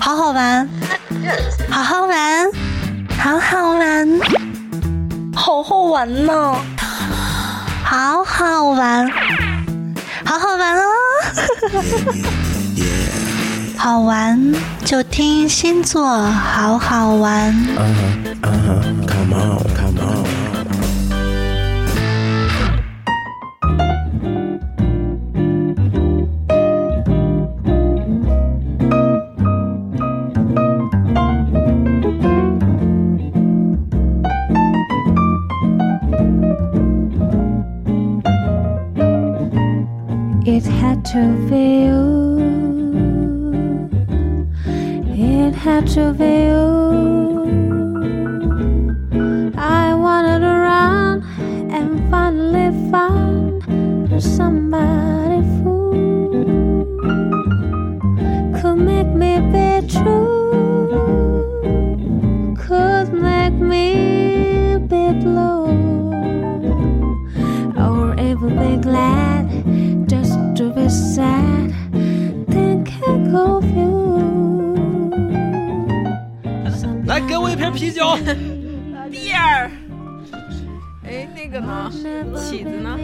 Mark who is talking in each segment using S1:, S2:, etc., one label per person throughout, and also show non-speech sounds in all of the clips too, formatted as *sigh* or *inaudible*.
S1: 好好玩，好好玩，好好玩，
S2: 好好玩呢、
S1: 好好玩，好好玩哦！好玩就听星座，好好玩。
S3: Come on, come on.
S4: 来，给我一瓶啤酒。
S5: 第二，哎，那个呢？起子呢？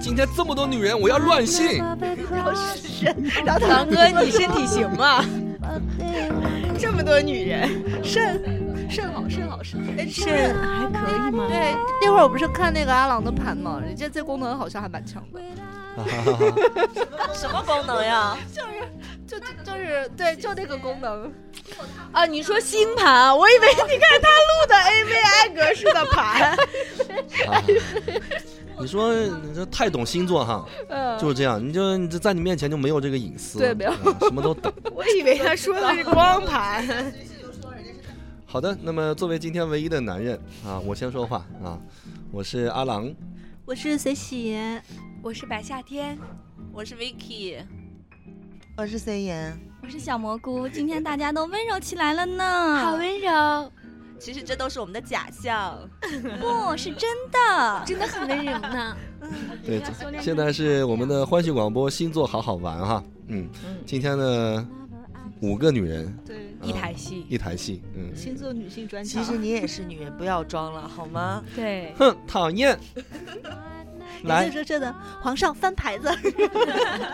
S4: 今天这么多女人，我要乱性。
S5: 然后堂哥，你身体行
S6: *laughs*
S5: 吗？这么多女人，
S6: 肾肾好，肾好，肾哎，是不
S5: 肾
S6: 是
S5: 还可以吗？
S6: 对，那会儿我不是看那个阿郎的盘嘛，人家这功能好像还蛮强的，
S5: 什么功能呀？
S6: 就是就就就是对，就那个功能。
S5: 啊，你说星盘，我以为你看他录的 A V 艾格式的
S6: *laughs*
S5: 盘。
S4: 啊你说你这太懂星座哈，
S6: 嗯，
S4: 就是这样，你就你这在你面前就没有这个隐私，
S6: 对没有
S4: 啊什么都懂。
S5: 我以为他说的是光盘。
S4: 好的，那么作为今天唯一的男人啊，我先说话啊，我是阿郎，
S1: 我是随喜，
S2: 我是白夏天，
S5: 我是 Vicky，
S7: 我是 C 言，嗯
S8: 我是小蘑菇，今天大家都温柔起来了呢。
S2: 好温柔，
S5: 其实这都是我们的假象。
S8: 不是真的，
S2: 真的很温柔呢。
S6: 哎
S4: 对，现在是我们的欢喜广播星座好好玩哈，嗯，今天呢五个女人
S6: 对，
S4: 一台
S5: 戏，
S4: 一台戏，嗯，
S6: 星座女性专
S7: 其
S6: 场。
S7: 实你也 *laughs* 是女人，不要装了好 *laughs* 吗？
S2: 对，
S4: 哼，讨
S6: *laughs*
S4: 厌，
S1: 这
S4: 来，
S1: 这这的皇上翻牌子，
S2: *laughs*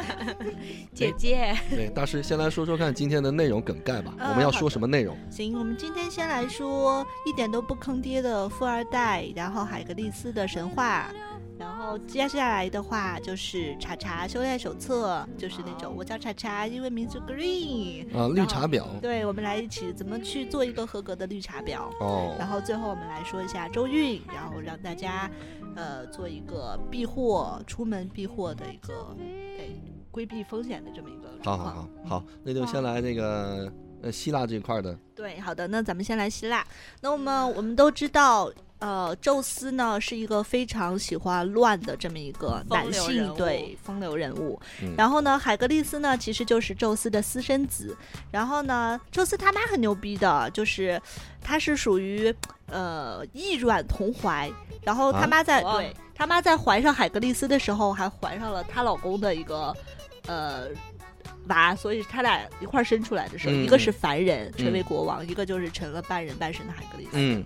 S2: 姐姐，
S4: 对，大师先来说说看今天的内容梗概吧，
S1: 啊
S6: 嗯
S4: 我们要
S1: 好
S4: 说
S1: 的
S4: 什么内容？
S1: 行，我们今天先来说一点都不坑爹的富二代，然后海格力斯的神话，然后接下来的话就是查查修炼手册，就是那种我叫查查，英文名字 Green。
S4: 啊，绿茶婊，
S1: 对，我们来一起怎么去做一个合格的绿茶婊，
S4: 哦
S1: 然，后最后我们来说一下周运，然后让大家，呃，做一个避祸、出门避祸的一个，哎，规避风险的这么一个
S4: 好
S1: 状
S4: 好
S1: 况。
S4: 好好，那
S1: 嗯
S4: 就先来这个呃希腊这一块的，
S1: 对，好的，那咱们先来希腊。那我
S5: 嗯
S1: 们我们都知道，呃，宙斯呢是一个非常喜欢乱的这么一个
S5: 风
S1: 男
S5: 流
S1: 性
S5: 人，物
S1: 对风流人物。
S4: 嗯
S1: 然后呢，海格力斯呢其实就是宙斯的私生子。然后呢，宙斯他妈很牛逼的，就是他是属于呃异卵同怀，然后他
S4: 啊
S1: 妈在、
S5: 哇
S1: 对他妈在怀上海格力斯的时候，还怀上了她老公的一个呃娃，所以他俩一块儿生出来的时候，
S4: 嗯
S1: 一个是凡人成为国王，一个就是成了半人半神的海格力斯。
S4: 嗯，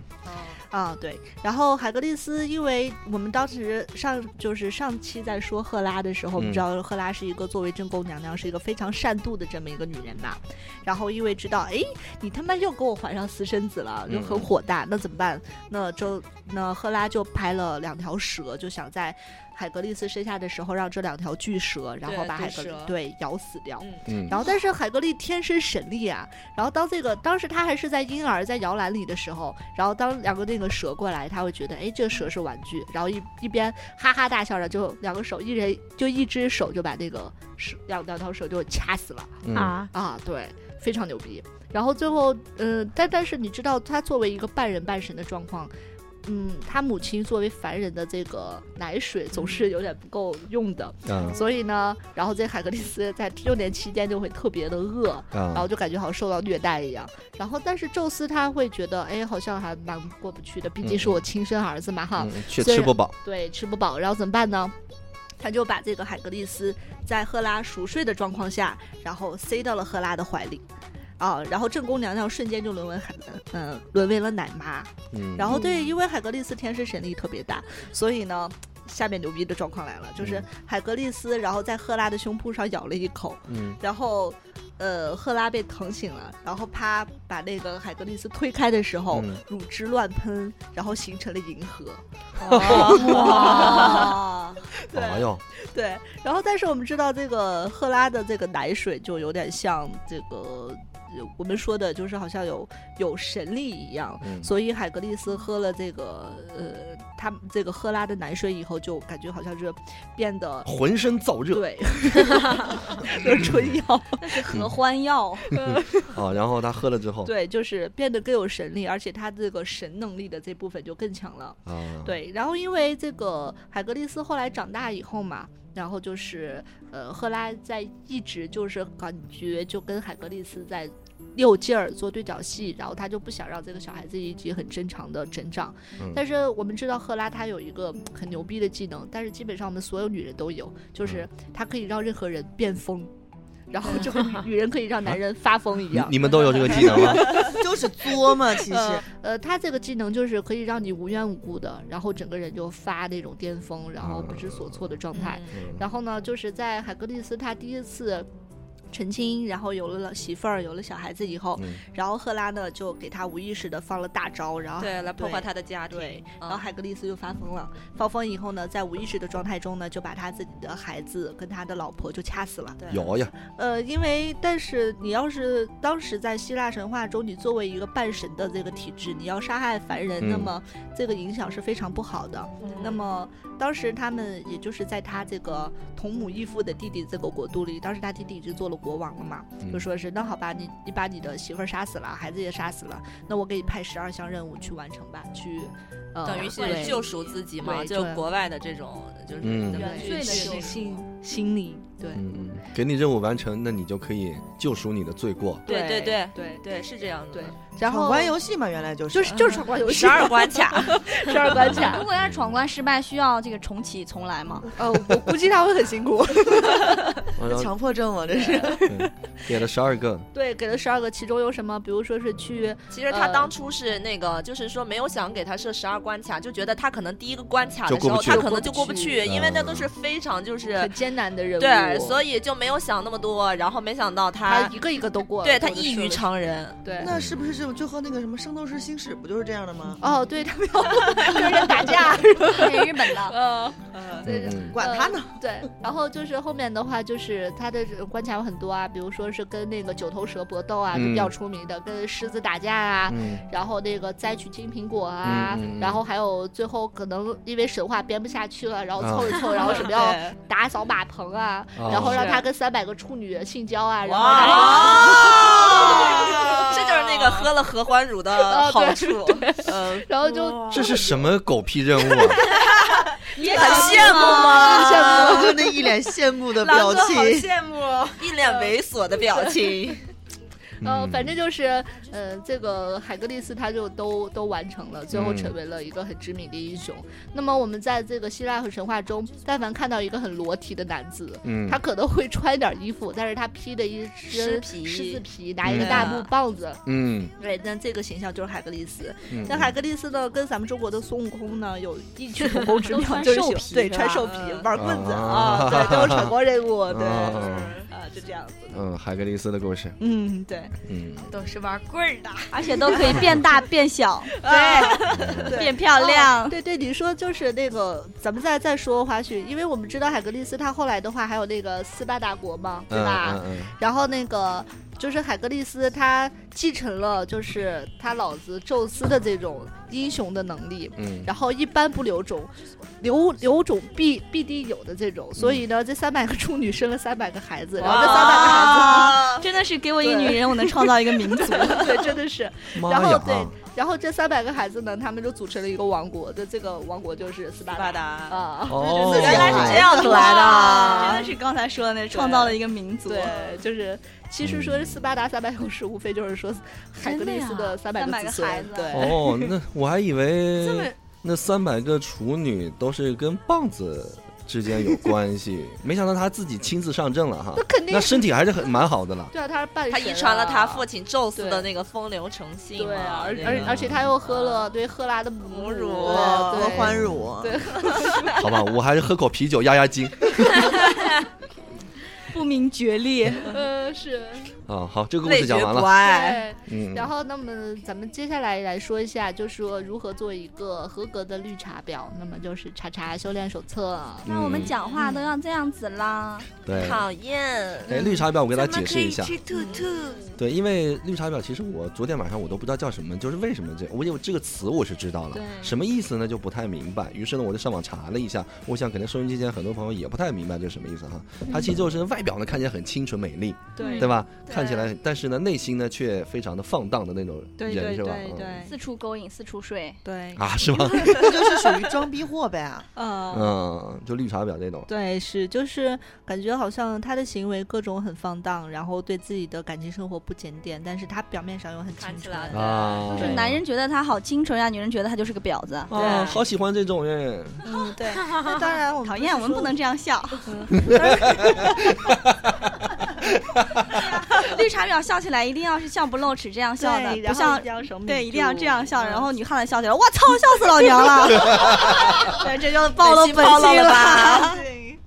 S1: 啊，对。然后海格力斯，因为我们当时上就是上期在说赫拉的时候，我们
S4: 嗯
S1: 知道赫拉是一个作为正宫娘娘是一个非常善妒的这么一个女人嘛。然后因为知道，哎，你他妈又给我怀上私生子了，就很
S4: 嗯
S1: 火大，那怎么办？那周那赫拉就拍了两条蛇，就想在。海格力斯生下的时候，让这两条巨蛇，然后
S5: 对
S1: 把
S5: 毒
S1: 海格力
S5: 蛇
S1: 对咬死掉。
S4: 嗯
S1: 然后，但是海格力天生神力啊，然后当这个当时他还是在婴儿在摇篮里的时候，然后当两个那个蛇过来，他会觉得哎，这个蛇是玩具，然后一一边哈哈大笑着，就两个手一人就一只手就把那个蛇两两条蛇就掐死了
S4: 嗯，
S2: 啊，
S1: 啊，对，非常牛逼。然后最后，呃，但但是你知道，他作为一个半人半神的状况。嗯，他母亲作为凡人的这个奶水总是有点不够用的，
S4: 啊
S1: 所以呢，然后这海格力斯在六年期间就会特别的饿，然后
S4: 啊，
S1: 就感觉好像受到虐待一样。然后，但是宙斯他会觉得，哎，好像还蛮过不去的，毕竟是我亲生儿子嘛，哈，
S4: 嗯却
S1: 虽
S4: 吃
S1: 然
S4: 不饱，
S1: 对，吃不饱，然后怎么办呢？他就把这个海格力斯在赫拉熟睡的状况下，然后塞到了赫拉的怀里，啊，然后正宫娘娘瞬间就沦为海，嗯、沦为了奶妈。
S4: 嗯，
S1: 然后对，因为海格力斯天生神力特别大，所以呢，下面牛逼的状况来了，就是
S4: 嗯
S1: 海格力斯然后在赫拉的胸脯上咬了一口，
S4: 嗯
S1: 然后。呃，赫拉被疼醒了，然后啪把那个海格力斯推开的时候，
S4: 嗯
S1: 乳汁乱喷，然后形成了银
S4: *laughs*
S1: 河。
S5: 哇，
S1: 对、
S4: 哎呦，
S1: 对，然后但是我们知道这个赫拉的这个奶水就有点像这个呃我们说的，就是好像有有神力一样，
S4: 嗯
S1: 所以海格力斯喝了这个呃，他们这个赫拉的奶水以后，就感觉好像是变得
S4: 浑身燥热
S1: 对， *laughs* 有春药，
S4: 合
S8: 欢药，
S4: 啊，然后他喝了之后，
S1: 对，就是变得更有神力，而且他这个神能力的这部分就更强了。
S4: 啊，，
S1: 对，然后因为这个海格力斯后来长大以后嘛，然后就是呃，赫拉在一直就是感觉就跟海格力斯在六劲儿做对角戏，然后他就不想让这个小孩子一直很正常的成长。
S4: 嗯
S1: 但是我们知道赫拉她有一个很牛逼的技能，但是基本上我们所有女人都有，就是她可以让任何人变疯。然后就跟女女人可以让男人发疯一
S4: 你
S1: 样，
S4: 你们都有这个技能吗？
S7: 就是作嘛，其实
S1: 呃，他这个技能就是可以让你无缘无故的，然后整个人就发那种巅峰，然后不知所措的状态。
S4: 嗯
S1: 然后呢，就是在海格力斯他第一次成亲，然后有了媳妇儿，有了小孩子以后，
S4: 嗯
S1: 然后赫拉呢就给他无意识的放了大招，然后
S5: 对，来破坏
S1: 啊对
S5: 他的家庭。
S1: 对，
S5: 啊
S4: 嗯
S1: 然后海格力斯就发疯了。发疯以后呢，在无意识的状态中呢，就把他自己的孩子跟他的老婆就掐死了。
S5: 对
S4: 摇呀，
S1: 呃，因为但是你要是当时在希腊神话中，你作为一个半神的这个体制，你要杀害凡人，那
S4: 嗯
S1: 么这个影响是非常不好的。
S5: 嗯
S1: 那么当时他们也就是在他这个同母异父的弟弟这个国度里，当时他弟弟已经做了国王了嘛，
S4: 嗯
S1: 就说是那好吧，你你把你的媳妇儿杀死了，孩子也杀死了，那我给你派十二项任务去完成吧，去呃
S5: 等于是
S1: 对
S5: 救赎自己嘛，
S1: 对
S5: 就
S1: 对
S5: 国外的这种，就是
S4: 嗯
S5: 咱们去
S8: 罪
S1: 对
S8: 的
S5: 去
S8: 救赎
S5: 那
S1: 心心理对
S4: 嗯，嗯给你任务完成，那你就可以救赎你的罪
S1: *laughs*
S4: 过。
S5: 对对对
S1: 对
S5: 对，是这样的。
S1: 对，然
S7: 闯
S1: 后
S7: 关游戏嘛，原来就是嗯
S1: 就是就是闯关游戏，
S5: 十
S1: *laughs*
S5: 二关卡， *laughs*
S1: 十二
S4: 嗯
S1: 关 *laughs* 卡
S8: 如。果要是闯关失败，需要这个重启重来吗？
S1: 呃，我估计他会很
S5: *laughs*
S1: 辛苦。
S4: 啊然后
S7: 强迫症嘛，这是
S4: 给了十二个，
S1: 对，给了十二个，其中有什么？比如说是去，
S5: 其实他
S1: 呃
S5: 当初是那个，就是说没有想给他设十二关卡，就觉得他可能第一个关卡
S4: 就
S5: 的时
S4: 过
S5: 候
S4: 不去嗯
S5: 他可能就过不
S1: 就
S5: 去，
S1: 过
S4: 去
S5: 因为那都是非常就是
S1: 很艰难的任务，
S5: 对，所
S1: 以
S5: 以就没有想那么多，然后没想到
S1: 他
S5: 他
S1: 一个一个都过了，
S5: 对他
S1: 过得
S5: 异
S1: 顺
S5: 于
S1: 利，
S5: 常人，
S7: *laughs*
S1: 对。
S7: 那是不是就就和那个什么《圣斗士星矢》不就是这样的吗？
S1: 哦，对他们要跟人
S5: *laughs*
S1: 打架，是吧
S8: 对，日本的。
S1: 呃，
S4: 嗯
S1: 对
S4: 嗯
S7: 管他呢，
S1: 对，然后就是后面的话，就是他的这关卡有很多啊，比如说是跟那个九头蛇搏斗啊，就比较
S4: 嗯
S1: 出名的，跟狮子打架啊，
S4: 嗯，
S1: 然后那个摘取金苹果啊，
S4: 嗯嗯嗯
S1: 然后还有最后可能因为神话编不下去了，然后
S4: 啊
S1: 凑一凑，然
S5: *laughs*
S1: 后什么要打扫马棚啊，
S4: 啊
S1: 然后让
S5: 是
S1: 他跟三百个处女性交啊，然后
S5: 哇
S1: 他
S5: *laughs* 这就是那个喝了合欢乳的
S1: 啊对
S5: 好处，嗯，
S1: 然后就
S4: 这是什么狗屁任务啊？
S5: 也很羡慕
S7: 嗯 *laughs*
S5: 吗？
S7: 羡 *laughs* 慕，就那一脸羡慕的表情。
S5: 羡慕，一脸猥琐的表情。
S1: *laughs* 呃，
S4: 嗯
S1: 反正就是呃，这个海格力斯他就都都完成了，最后
S4: 嗯
S1: 成为了一个很知名的英雄。那么我们在这个希腊和神话中，但凡看到一个很裸体的男子，
S4: 嗯，
S1: 他可能会穿点衣服，但是他披的一身
S5: 狮皮
S1: 狮子皮，拿
S4: 嗯
S1: 一个大木棒子，
S4: 嗯
S1: 对，那这个形象就是海格力斯。
S4: 嗯，
S1: 那海格力斯呢，跟咱们中国的孙悟空呢有异曲
S8: *laughs*
S1: 同工之
S8: 都
S1: 妙，
S8: 穿
S1: 就是
S8: 兽
S1: 喜
S8: 皮
S1: 对，
S8: 是
S1: 穿
S8: 吧
S1: 兽皮
S5: 嗯
S1: 玩棍子
S4: 啊
S1: 啊，对，都有闯关任
S4: *laughs*
S1: 务，对，
S4: 啊
S1: 啊，就这样子的。
S4: 嗯，海格力斯的故事，
S1: 嗯，对，
S4: 嗯，
S2: 都是玩棍儿的，
S8: 而且都可以变大、变小、
S1: 对
S8: 变漂亮。
S1: 哦对对，你说就是那个，咱们再再说花絮，因为我们知道海格力斯他后来的话还有那个斯巴达国嘛，对吧？
S4: 嗯嗯
S1: 然后那个就是海格力斯他继承了就是他老子宙斯的这种英雄的能力，
S4: 嗯
S1: 然后一般不留种，留留种必必定有的这种，所以呢，这三百个处女生了三百个孩子，然后这三百个孩
S8: 真的是给我一个女人，我能创造一个民族。
S1: 子，对，真的是。
S4: 嗯，妈
S1: 然后
S4: 呀
S1: 对，然后这三百个孩子呢，他们就组成了一个王国，的这个王国就是斯巴达
S5: 达，
S1: 啊。
S4: 哦，
S7: 原来是这样
S5: 子来
S8: 真的是刚才说的那创造了一个民族。
S1: 对，就是其实说斯巴达三百勇士，无非就是说海格力斯的三百
S8: 300
S1: 个
S8: 个
S1: 子孙
S8: 孩子
S1: 对，
S4: 哦，那我还以
S5: 这么
S4: 为那三百个处女都是跟棒子之间有关系。没想到他自己亲自上阵了哈
S9: 那，肯定
S4: 那身体还是很蛮好的
S1: *laughs*
S4: 了。
S9: 对啊，他是半
S5: 他
S9: 神
S5: 遗传了他
S9: 啊
S5: 父亲宙斯
S9: 对
S5: 的那个风流成性嘛。
S9: 对啊，而
S5: 这
S9: 而
S5: 个
S9: 而且他又喝了对赫拉的母
S5: 母乳
S9: 对
S7: 合
S9: 对
S7: 欢乳，啊
S9: 对
S4: 好吧，我还是喝口啤酒压压惊
S6: 不明觉厉。
S9: 呃是
S4: 啊。好，这个故
S5: 味
S4: 事讲
S5: 觉
S4: 完
S5: 不
S4: 了。
S9: 对。
S5: 爱，
S4: 嗯，
S9: 然后，那么咱们接下来来说一下，就是说如何做一个合格的绿茶婊。那么就是《茶茶修炼手册》
S6: 那我们
S4: 嗯
S6: 讲话都要这样子啦。
S4: 对。
S5: 讨厌。
S4: 哎，绿茶婊我给大家解释一下
S2: 咱，们可以吃兔兔。
S4: 对，因为绿茶婊其实我昨天晚上我都不知道叫什么，就是为什么这我有这个词我是知道了
S5: 对，
S4: 什么意思呢就不太明白。于是呢我就上网查了一下，我想可能收音机前很多朋友也不太明白这是什么意思哈。它其实就是外表呢看起来很清纯美丽，
S5: 对
S6: 嗯
S4: 对吧？
S5: 对
S4: 看起来，但是呢内心呢却非常的放荡的那种
S5: 对
S4: 人
S5: 对
S4: 是吧？
S5: 对对
S6: 四处勾引，四处睡。
S5: 对
S4: 嗯，啊是吗？
S7: 这就是属于装逼货 *laughs* 呗。啊
S1: 呃，
S4: 嗯，就绿茶婊这种。
S1: 对，是就是感觉好像他的行为各种很放荡，然后对自己的感情生活不检点，但是他表面上又很
S5: 看
S1: 清
S5: 起
S1: 纯。
S5: 来对
S4: 啊，
S6: 就是男人觉得他好清纯呀，啊女人觉得他就是个婊子。
S7: 嗯 *laughs*
S4: 啊，好喜欢这种人，
S1: 嗯，
S9: *laughs*
S1: 对。那当然，我们
S6: 讨厌，我们不能这样笑。
S4: *laughs*
S6: *laughs* 绿茶婊笑起来一定要是笑不露齿，这样笑的，不像
S1: 叫什么？
S6: 对，一定要这样
S1: 嗯 *laughs*
S6: 笑。然后女汉子笑起来，我操，笑死老娘了！对，这就暴露本
S5: 暴露
S6: 性
S9: *laughs*
S5: 了
S6: *laughs*
S5: 吧？
S1: 对，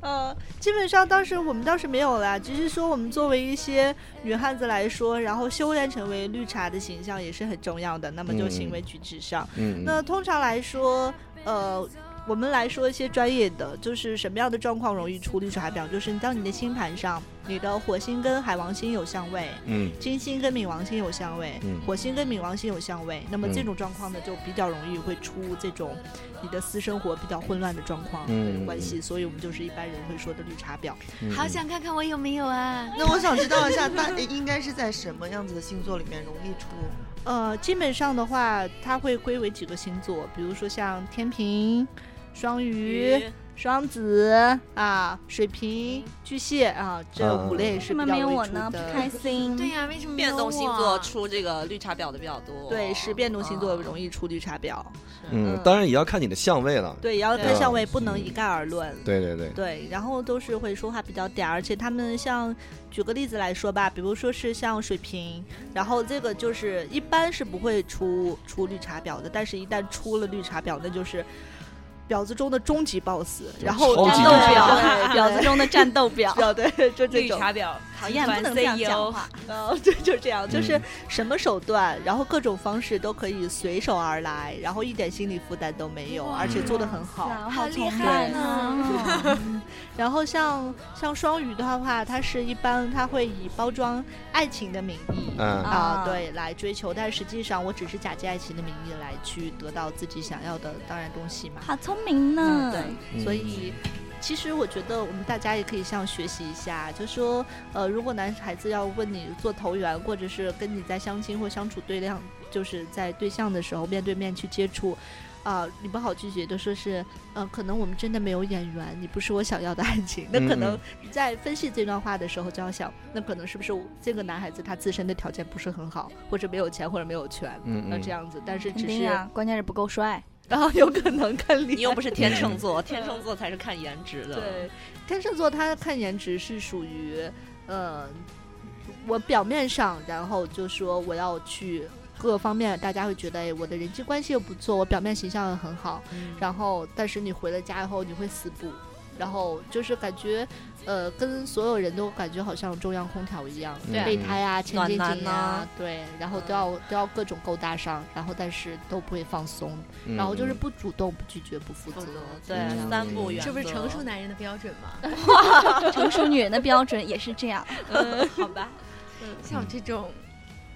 S1: 啊呃，基本上当时我们倒是没有啦，只是说我们作为一些女汉子来说，然后修炼成为绿茶的形象也是很重要的。那么就行为举止上，
S4: 嗯，
S1: 那通常来说，呃。我们来说一些专业的，就是什么样的状况容易出绿茶婊？就是当你的星盘上，你的火星跟海王星有相位，
S4: 嗯
S1: 金星跟冥王星有相位，
S4: 嗯
S1: 火星跟冥王星有相位，那么这
S4: 嗯
S1: 种状况呢，就比较容易会出这种你的私生活比较混乱的状况
S4: 嗯
S1: 关系，所以我们就是一般人会说的绿茶婊。
S4: 嗯
S2: 好想看看我有没有啊？
S7: 那我想知道一 *laughs* 下，那应该是在什么样子的星座里面容易出？
S1: 呃，基本上的话，它会归为几个星座，比如说像天平、双鱼、双子啊、水瓶、巨蟹啊，这
S4: 嗯
S1: 五类
S4: 为
S1: 是
S6: 什
S1: 比
S6: 么
S1: 较
S6: 没有
S1: 容易
S6: 我
S1: 出
S6: 呢？不
S1: 的
S6: 开心。
S7: 啊
S2: 对呀、为什么没有
S5: 变动星
S2: 我
S5: 座出这个绿茶婊的比较
S6: 啊
S5: 多，
S1: 对，是变动星座
S4: 啊
S5: 嗯
S1: 容易出绿茶婊。
S4: 嗯
S1: 嗯，
S4: 当然也要看你的相位了。
S1: 对，也要
S4: 对
S1: 看相位，不能
S4: 嗯
S1: 一概而论。
S4: 对对对，
S1: 对，然后都是会说话比较嗲，而且他们像举个例子来说吧，比如说是像水瓶，然后这个就是一般是不会出出绿茶婊的，但是一旦出了绿茶婊，那就是婊子中的终极 boss，然后
S4: 超级
S1: 对
S6: 战斗
S4: 绿
S6: 婊
S4: 茶，
S1: 对
S5: *laughs*
S6: 婊子中的战斗婊。
S1: 婊对，就这
S2: 绿
S1: 种，
S2: 茶婊，
S6: 讨厌，不能这样讲话。
S1: 呃，对，就这样，就是
S4: 嗯
S1: 什么手段，然后各种方式都可以随手而来，然后一点心理负担都没有，而且做的很好。
S6: 哇
S2: 好厉
S6: 崇
S2: 害
S6: 拜
S2: 呢
S6: 呢！
S1: 然后像像双鱼的话，它是一般它会以包装爱情的名义。
S4: 嗯
S1: 啊
S6: 啊，
S1: 对，来追求，但实际上我只是假借爱情的名义来去得到自己想要的，当然东西嘛。
S6: 好聪明呢
S1: 嗯，。对，所以
S5: 嗯
S1: 其实我觉得我们大家也可以向学习一下，就说呃，如果男孩子要问你做投缘，或者是跟你在相亲或相处对量，就是在对象的时候面对面去接触。啊、你不好拒绝，就说是，呃，可能我们真的没有眼缘，你不是我想要的爱情。那可
S4: 嗯嗯
S1: 能在分析这段话的时候，就要想，那可能是不是我这个男孩子他自身的条件不是很好，或者没有钱，或者没有权，
S4: 嗯
S1: 那
S4: 嗯
S1: 这样子。但是
S6: 肯
S1: 只
S6: 定
S1: 是， *laughs*
S6: 呀，关键是不够帅。
S1: 然后有可能看脸。
S5: 你又不是天秤
S1: *laughs*
S5: 座，天秤座才是看颜值的。
S1: 对，天秤座他看颜值是属于，呃，我表面上，然后就说我要去各方面，大家会觉得，哎，我的人际关系又不错，我表面形象也很好，
S5: 嗯
S1: 然后但是你回了家以后，你会死补。然后就是感觉，呃，跟所有人都感觉好像中央空调一样，
S4: 对啊
S1: 备胎啊、千
S5: 暖
S1: 斤
S5: 男
S1: 顶啊
S5: 呐，
S1: 对，然后都要都要各种勾搭上，然后但是都不会放松，
S4: 嗯
S1: 然后就是不主动、不拒绝、不负
S5: 否
S1: 责
S5: 则，
S1: 嗯这
S5: 对
S1: 样
S5: 三不原则
S2: *laughs* 这不是成熟男人的标准吗？
S6: *laughs*
S2: *laughs*
S6: 成熟女人的标准也是这样。
S5: *laughs*
S2: 嗯，好吧。像我这种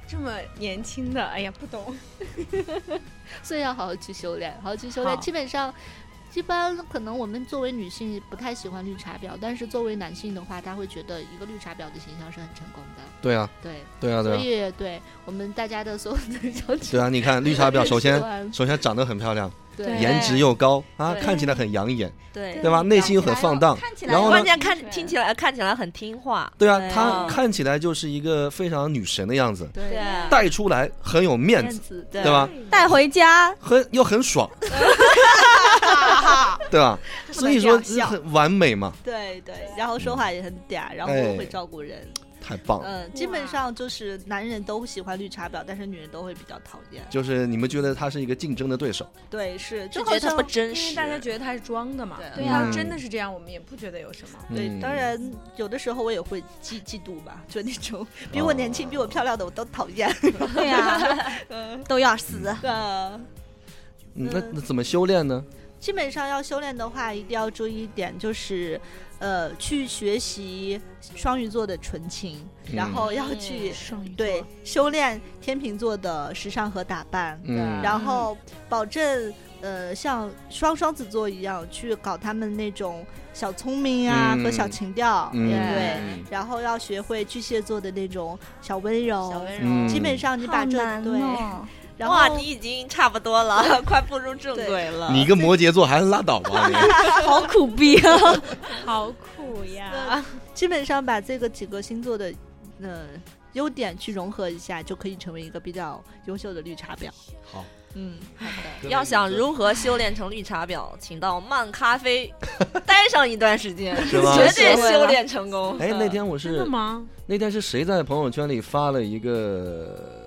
S2: 这么年轻的，哎呀，不懂。
S1: 所以要好好去修炼，好好去修炼。
S6: 好
S1: 基本上，一般可能我们作为女性不太喜欢绿茶婊，但是作为男性的话，他会觉得一个绿茶婊的形象是很成功的。
S4: 对啊，
S1: 对，
S4: 对啊，对
S1: 所
S4: 啊，
S1: 以对我们大家的所有的要求，
S4: 对啊！你看绿茶婊，首先
S1: 对
S4: 首先长得很漂亮，
S1: 对
S4: 颜值又高啊，
S1: 对
S4: 看起来很养眼，
S1: 对
S4: 对吧？内心又很放
S1: 哦
S4: 荡，
S6: 看起来
S4: 然后呢
S5: 关键看听起来看起来很听话，
S4: 对啊
S6: 对，
S4: 她
S5: 嗯
S4: 看起来就是一个非常女神的样子，
S1: 哦对
S4: 带出来很有面
S1: 面
S4: 子，
S1: 子，
S5: 对
S4: 对吧？
S1: *laughs*
S6: 带回家，
S4: 很又很爽，对吧？
S1: 不
S4: *laughs* 所
S1: 能
S4: 以
S1: 这
S4: 说
S1: 样想
S4: 很完美嘛，
S1: 对对，然后说话也很嗲，然后
S4: 哎
S1: 会照顾人，
S4: 太棒了。
S1: 嗯，基本上就是男人都喜欢绿茶婊，但是女人都会比较讨厌。
S4: 就是你们觉得他是一个竞争的对手，
S1: 对，是
S5: 就觉
S1: 就好
S5: 得他
S1: 像
S5: 不真
S2: 因为
S5: 实。
S2: 大家觉得他是装的嘛。
S5: 对
S2: 对啊呀，
S4: 嗯
S2: 真的是这样，我们也不觉得有什么。
S1: 对，
S4: 嗯
S1: 当然有的时候我也会嫉嫉妒吧，就那种比
S4: 哦
S1: 我年轻、比我漂亮的我都讨厌。
S5: 对呀，
S1: 都要死。
S4: 嗯那那怎么修炼呢？
S1: 基本上要修炼的话，一定要注意一点，就是呃，去学习双鱼座的纯情，
S4: 嗯
S1: 然后要去、
S2: 双鱼座
S1: 对修炼天秤座的时尚和打扮，
S4: 嗯，
S1: 然后保证。呃，像双双子座一样去搞他们那种小聪明啊、
S4: 嗯
S1: 和小情调，
S4: 嗯
S1: 对，然后要学会巨蟹座的那种小温柔。
S5: 小温柔。
S4: 嗯，
S1: 基本上你把这
S10: 哦
S1: 对，
S10: *laughs*
S1: 然后
S5: 哇，你已经差不多
S1: *laughs*
S5: 了，快步入正
S1: 对
S5: 轨了。
S4: 你一个摩羯座还是拉倒吧，你
S5: 好苦逼啊！
S2: *laughs* 好苦呀！
S1: 基本上把这个几个星座的呃优点去融合一下，就可以成为一个比较优秀的绿茶婊。
S4: 好，
S1: 嗯，
S5: 要想如何修炼成绿茶婊，请到慢咖啡待上一段时间，
S4: *laughs* 是吗
S5: 绝对修炼成功。嗯
S4: 哎，那天我
S2: 真的
S4: 是
S2: 吗？
S4: 那天是谁在朋友圈里发了一个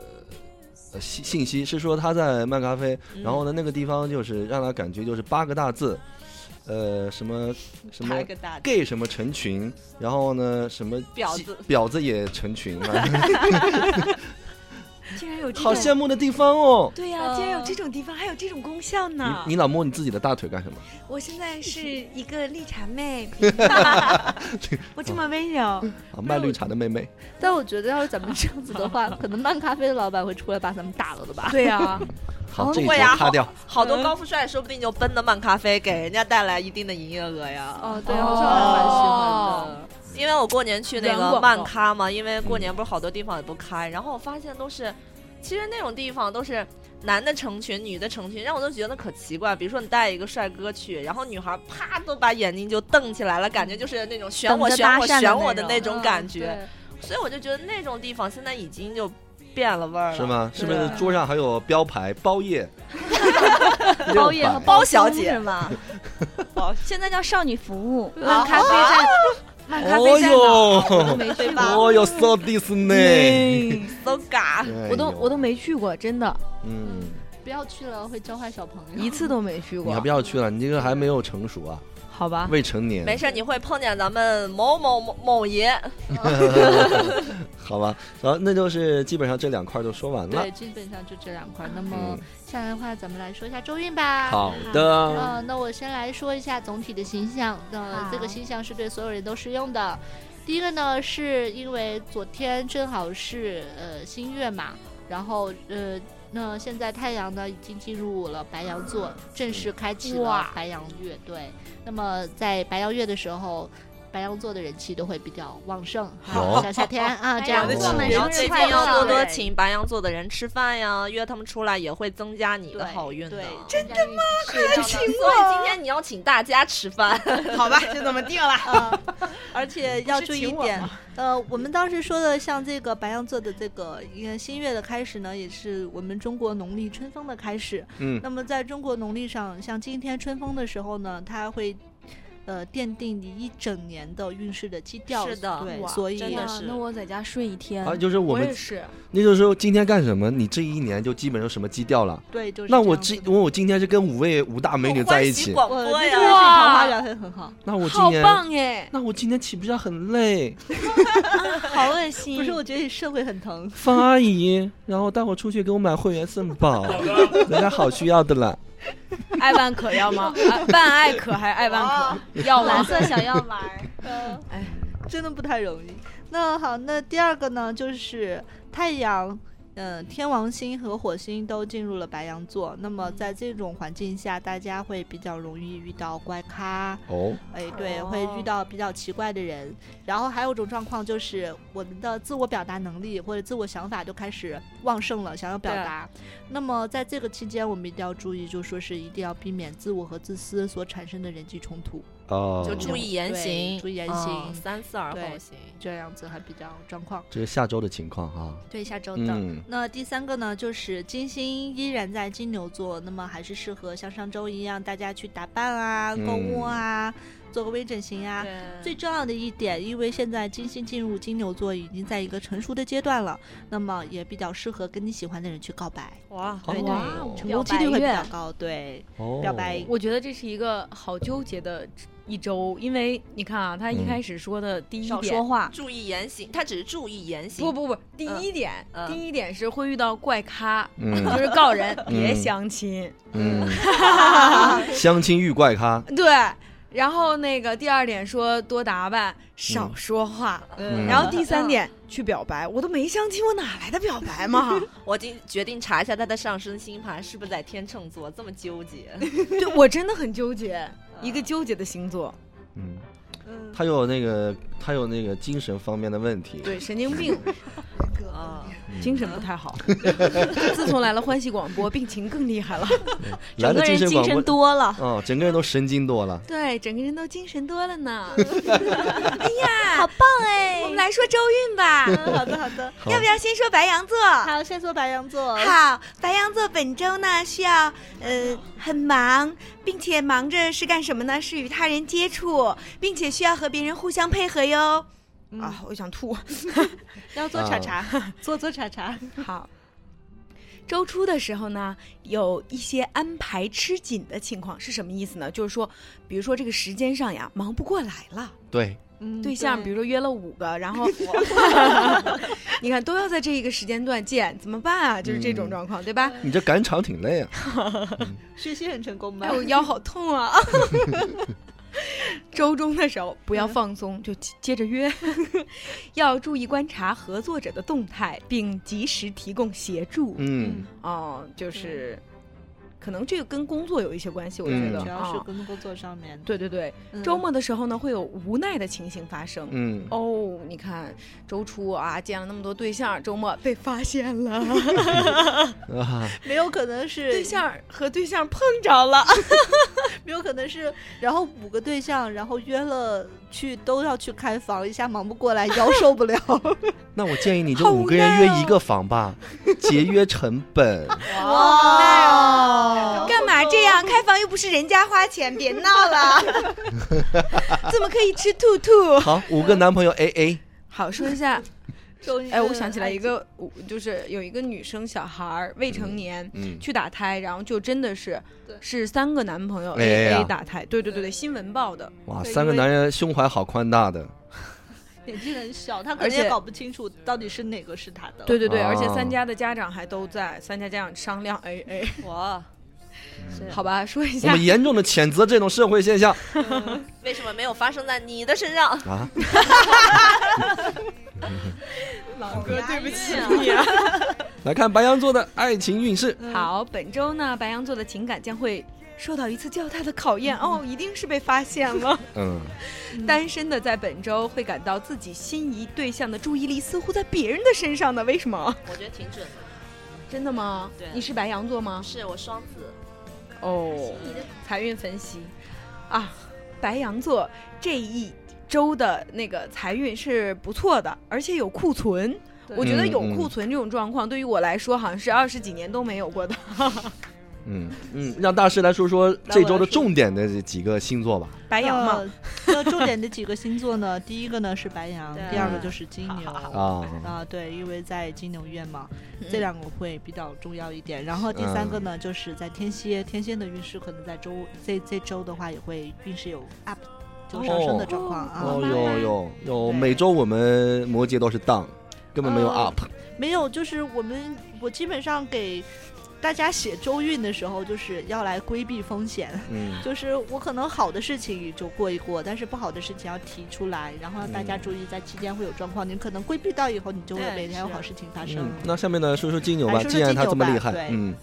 S4: 呃信信息，是说他在漫咖啡，
S5: 嗯
S4: 然后呢那个地方就是让他感觉就是八个大字，呃什么什么
S1: 一个大
S4: gay 什么成群，然后呢什么
S5: 婊
S4: 鸡
S5: 子
S4: 婊子也成群，反正
S2: 竟然有这
S4: 好
S2: 种
S4: 羡慕的地方哦。
S2: 对呀、竟然有这种地方，还有这种功效呢
S4: 你！你老摸你自己的大腿干什么？
S2: 我现在是一个绿茶
S4: *laughs*
S2: 妹，我这么温柔，
S4: 啊，卖绿茶的妹妹，
S10: 但我觉得要是咱们这样子的
S1: *laughs*
S10: 话，可能漫咖啡的老板会出来把咱们打了的吧？
S2: 对呀、
S4: 好，这一
S5: 会
S4: 节
S5: 呀
S4: 擦掉。
S5: 好多高富帅说不定就奔着漫咖啡，给人家带来一定的营业额呀。
S10: 哦，对，好像还蛮喜欢的。
S5: 因为我过年去那
S2: 软
S5: 个
S2: 广告
S5: 漫咖嘛，因为过年不是好多地方也不开，然后我发现都是，其实那种地方都是男的成群，女的成群，让我都觉得可奇怪。比如说你带一个帅哥去，然后女孩啪都把眼睛就瞪起来了，感觉就是那种选我
S1: 等着
S5: 选我
S1: 搭讪的
S5: 选我
S1: 那
S5: 的
S1: 种
S5: 那种感觉，
S10: 对，
S5: 所以我就觉得那种地方现在已经就变了味儿了， *laughs*
S4: 是？吗？是不是
S5: 对
S4: 桌上还有标牌包夜？
S10: 包夜和
S4: 六百
S5: 包小姐
S1: 是，吗？
S5: 现在叫少女服务，
S2: 漫咖啡在，漫咖啡在哪？
S4: 哦
S2: 都没去过，嗯
S4: 哟，哦哟，so Disney，哎
S5: 都嘎。
S2: 我都我都没去过，真的，
S4: 嗯，
S10: 不要去了，会教坏小朋友。
S2: 一次都没去
S4: 你还
S2: 过
S4: 不。要去了，你这个还没有成熟啊，
S2: 好吧，
S4: 未成年。
S5: 没事，你会碰见咱们某某某某爷，
S4: 好吧，然后那就是基本上这两块就说完了
S10: 对，。基本上就这两块。那么
S4: 嗯，
S10: 下来的话，咱们来说一下周运吧。
S4: 好的，
S10: 呃，那我先来说一下总体的形象。那、这个形象是对所有人都适用的。第一个呢，是因为昨天正好是呃新月嘛，然后呃，那现在太阳呢已经进入了白羊座，正式开启了
S2: 哇
S10: 白羊月。对，那么在白羊月的时候。白羊座的人气都会比较旺盛，
S4: 哦
S10: 好，像夏天啊，这样
S4: 白羊
S10: 子
S4: 座们
S5: 然后
S10: 生日
S5: 最
S10: 快
S5: 近要
S10: 乐，
S5: 多多请白羊座的人吃饭呀，约他们出来也会增加你的
S1: 对
S5: 好运的。
S1: 对
S10: 真的吗？
S5: 所以今天你要请大家吃饭，
S7: 好吧，就这么定了。
S1: 而且嗯要注意一点
S2: 是请我，
S1: 呃，我们当时说的像这个白羊座的这个呃新月的开始呢，也是我们中国农历春风的开始。
S4: 嗯，
S1: 那么在中国农历上，像今天春风的时候呢，它会。呃，奠定你一整年的运势的基调，
S5: 是的
S1: 对，
S5: 哇
S1: 所
S6: 哎
S1: 以
S5: 真的是
S2: 那我在家睡一天
S4: 啊，就是我
S2: 我也
S4: 们，
S2: 是，
S4: 那就是说今天干什么，你这一年就基本上什么基调了。
S1: 对，就是
S4: 那
S1: 这
S4: 我
S1: 样
S4: 今
S1: 子的
S4: 我我今天是跟五位五大美女在一
S5: 欢喜
S4: 起，
S5: 广
S1: 我
S5: 播
S1: 那
S5: 呀
S1: 真的是桃
S5: 啊
S1: 花源会很好，
S4: 那我今
S2: 好
S4: 年
S2: 棒哎！
S4: 那我今天岂不是要很累？
S2: 好恶心
S1: 不是？我觉得你肾会很疼。
S4: 方阿姨，然后带我出去给我买会员肾 *laughs* 宝，人家好需要的啦。
S2: 爱万可要吗？啊万爱可还是爱
S5: 哦
S2: 万可？要吗？
S6: *laughs*
S5: 色小药丸，
S4: *laughs*
S1: 真的不太容易。那好，那第二个呢，就是太阳，嗯、天王星和火星都进入了白羊座。那么在这种环境下，大家会比较容易遇到怪咖，
S4: 哦，
S1: 哎，对，
S2: 哦
S1: 会遇到比较奇怪的人。然后还有一种状况就是，我们的自我表达能力或者自我想法就开始旺盛了，想要表达。那么在这个期间，我们一定要注意，就说是一定要避免自我和自私所产生的人际冲突。
S4: 啊、哦
S5: *laughs* 就，注意言
S1: 对
S5: 行，
S1: 注意言
S5: 嗯
S1: 行
S5: 三思而后
S1: 对
S5: 行。
S1: 这样子还比较状况。
S4: 这是下周的情况哈。
S1: 对，下周的。
S4: 嗯，
S1: 那第三个呢，就是金星依然在金牛座，那么还是适合像上周一样，大家去打扮啊、
S4: 嗯
S1: 购物啊、做个微整形啊。最
S5: 对，
S1: 重要的一点，因为现在金星进入金牛座已经在一个成熟的阶段了，那么也比较适合跟你喜欢的人去告白，
S5: 哇，
S4: 对对哦
S1: 成功几率会比较高。对，
S4: 哦，
S1: 表白
S2: 我觉得这是一个好纠结的一周，因为你看啊，他一开始说的第一
S5: 少
S2: 点，
S5: 说
S2: 话
S5: 注意言行，他只是注意言行。
S2: 不不不，第一点，
S5: 嗯
S2: 第一点是会遇到怪咖，
S4: 嗯
S2: 就是告人
S4: 嗯
S2: 别相亲， *laughs*
S4: 嗯，相亲遇怪咖，
S2: 对。然后那个第二点说多打扮，少说话。
S4: 嗯
S2: 然后第三点、去表白，我都没相亲，我哪来的表白
S4: *laughs*
S2: 嘛？
S5: 我今决定查一下他的上升星盘是不是在天秤座，这么纠结。
S2: 对我真的很纠结，一个纠结的星座，
S4: 嗯，他有那个他有那个精神方面的问题，嗯
S2: 对神经病，
S5: 啊，
S2: 精神不太好。 *laughs* 自从来了欢喜广播，病情更厉害了。
S4: 来
S2: 整
S4: 了
S2: 个人
S4: 神
S2: 精
S4: 广
S2: 神
S4: 播，
S2: 多了，
S4: 哦，整个人都神经多了。
S2: *laughs* 对，整个人都精神多了 *laughs* 呢。哎呀， *laughs* 好棒哎！我们来说周运 *laughs* 吧，
S1: 嗯好的好的，
S4: 好
S2: 要不要先说白羊座？
S1: *laughs* 好，先说白羊座，
S2: 好，白羊座本周呢需要呃很忙，并且忙着是干什么呢？是与他人接触，并且需要和别人互相配合哟。啊，我想吐。
S1: 要
S4: 啊
S1: 做查查，做做查查，
S2: 好，周初的时候呢，有一些安排吃紧的情况是什么意思呢？就是说，比如说这个时间上呀，忙不过来了。
S4: 对，
S1: 嗯
S2: 对象，比如说约了五个，然 *laughs* 后 *laughs* 你看都要在这一个时间段见，怎么办啊？就是这种
S4: 嗯
S2: 状况，对吧？
S4: 你这赶场挺累啊。
S1: 学习很成功吗
S2: 哎，？我 *laughs* 腰好痛啊！ *laughs* 周中的时候不要放松，就接接着 *laughs* 约，要注意观察合作者的动态，并及时提供协助。
S4: 嗯，
S2: 哦，就是可能这个跟工作有一些关系，我觉
S4: 嗯
S2: 得
S1: 主要是
S2: 啊。
S1: 跟工作上面，
S2: 对对对，
S1: 嗯
S2: 周末的时候呢，会有无奈的情形发生。
S4: 嗯，
S2: 哦，你看，周初啊，见了那么多对象，周末被发现了，哦
S4: 啊，
S1: 没有可能是
S2: 对象和对象碰着了，
S1: 哦没有可能是，然后五个对象，然后约了去都要去开房，一下忙不
S2: *laughs*
S1: 过来，腰受不了。
S4: 那我建议你这
S2: 好
S4: 五个人
S2: 无奈哦
S4: 约一个房吧，
S1: 哦
S4: *laughs* 节约成
S1: *laughs*
S4: 本。
S1: 哇，
S2: 干嘛这
S1: 哦
S2: 样？开房又不是人家花钱，别闹了，
S4: *laughs*
S2: 怎么可以吃兔兔？
S4: 好，五个男朋友 A A，
S2: 好，说一下，
S1: 终于
S2: 哎，我想起来一个，我就是有一个女生小孩儿未成年。
S4: 嗯，
S2: 去打胎，然后就真的是
S1: 对
S2: 是三个男朋友
S4: A
S2: A
S4: A 啊
S2: A 打胎，对对对对，新闻报的，
S4: 哇，
S1: 对
S4: 三个
S1: 因为
S4: 男人胸怀好宽大的，
S1: 年纪很小，他可
S2: 而
S1: 能
S2: 且
S1: 也搞不清楚到底是哪个是他的。
S2: 对对对，
S4: 哦
S2: 而且三家的家长还都在，三家家长商量 A *laughs* A，
S5: 哇，
S2: 好吧，说一
S4: 我
S2: 下
S4: 们严重的谴责这种社会现象
S5: 为什么没有发生在你的身上？
S4: 啊！
S2: 老哥，对不起
S5: 啊
S2: *laughs* 你啊。
S4: 来看白羊座的爱情运势，
S2: 好，本周呢，白羊座的情感将会受到一次较大的考验哦，一定是被发现 *laughs* 了。
S4: 嗯，
S2: 单身的在本周会感到自己心仪对象的注意力似乎在别人的身上呢，为什么？
S5: 我觉得挺准的，
S2: 真的吗？
S5: 对
S2: 你是白羊座吗？
S5: 是我双子，
S2: 哦，财运分析啊，白羊座这一周的那个财运是不错的，而且有库存。
S1: 对
S2: 我觉得
S4: 嗯
S2: 有
S4: 嗯
S2: 库存这种状况，对于我来说好像是二十几年都没有过的。
S4: 嗯嗯，让大师来说说这周的重点的几个星座吧。
S2: 白
S1: 白 *laughs*
S2: 羊嘛，？
S1: 那重点的几个星座呢？第一个呢是白羊
S5: 对，
S1: 第二个就是金牛。
S4: 啊，
S1: 啊，对，因为在金牛月嘛，
S2: 嗯
S1: 这两个会比较重要一点。然后第三个
S4: 嗯
S1: 呢，就是在天蝎，天蝎的运势可能在周这这周的话也会运势有 up，就上升的状况啊。
S4: 哦哟哟哟，
S1: 对
S4: 每周我们摩羯都是 down，根本没有
S1: 嗯
S4: up。
S1: 没有，就是我们我基本上给大家写周运的时候，就是要来规避风险。 *laughs*
S4: 嗯，
S1: 就是我可能好的事情就过一过，但是不好的事情要提出来，然后让大家
S4: 嗯
S1: 注意，在期间会有状况。你可能规避到以后，你就会
S5: 对
S1: 每天有
S5: 是啊
S1: 好事情发生
S4: 嗯。，那下面呢，说说金牛
S1: 来
S4: 吧，
S1: 说说
S4: 既然他
S1: 金牛
S4: 这么
S1: 吧
S4: 厉害
S1: 对，
S4: 嗯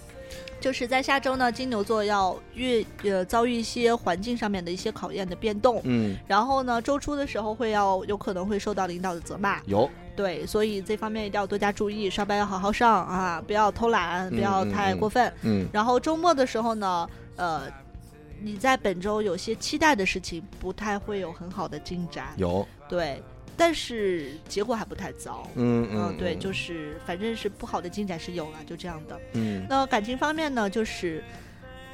S1: 就是在下周呢，金牛座要遇呃遭遇一些环境上面的一些考验的变动，
S4: 嗯，
S1: 然后呢，周初的时候会要有可能会受到领导的责骂，
S4: 有，
S1: 对，所以这方面一定要多加注意，上班要好好上啊，不要偷懒，不要
S4: 嗯嗯
S1: 太
S4: 嗯
S1: 过分。
S4: 嗯
S1: 然后周末的时候呢，呃，你在本周有些期待的事情，不太会有很好的进展。
S4: 有，
S1: 对，但是结果还不太糟。
S4: 嗯，
S1: 嗯，对，就是是反正是不好的进展是有了，就这样的。
S4: 嗯
S1: 那感情方面呢，就是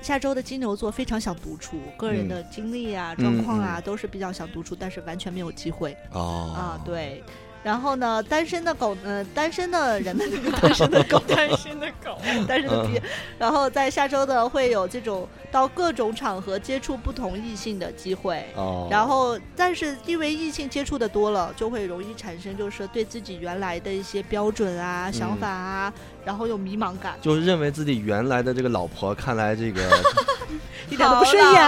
S1: 下周的金牛座非常想独处，个人的经历啊、
S4: 嗯
S1: 状况啊、都是比较想独处，但是完全没有机会
S4: 哦
S1: 啊。，对，然后呢，单身的狗，呃，单身的人 *laughs* 们，单身的狗，单身的狗，单身的
S4: 嗯
S1: 逼。 *laughs* 然后在下周的会有这种到各种场合接触不同异性的机会。
S4: 哦，
S1: 然后，但是因为异性接触的多了，就会容易产生就是对自己原来的一些标准
S4: 嗯
S1: 啊、想法啊，然后有迷茫感， *laughs*
S4: 就是认为自己原来的这个老婆，看来这个
S1: 一点都不顺眼。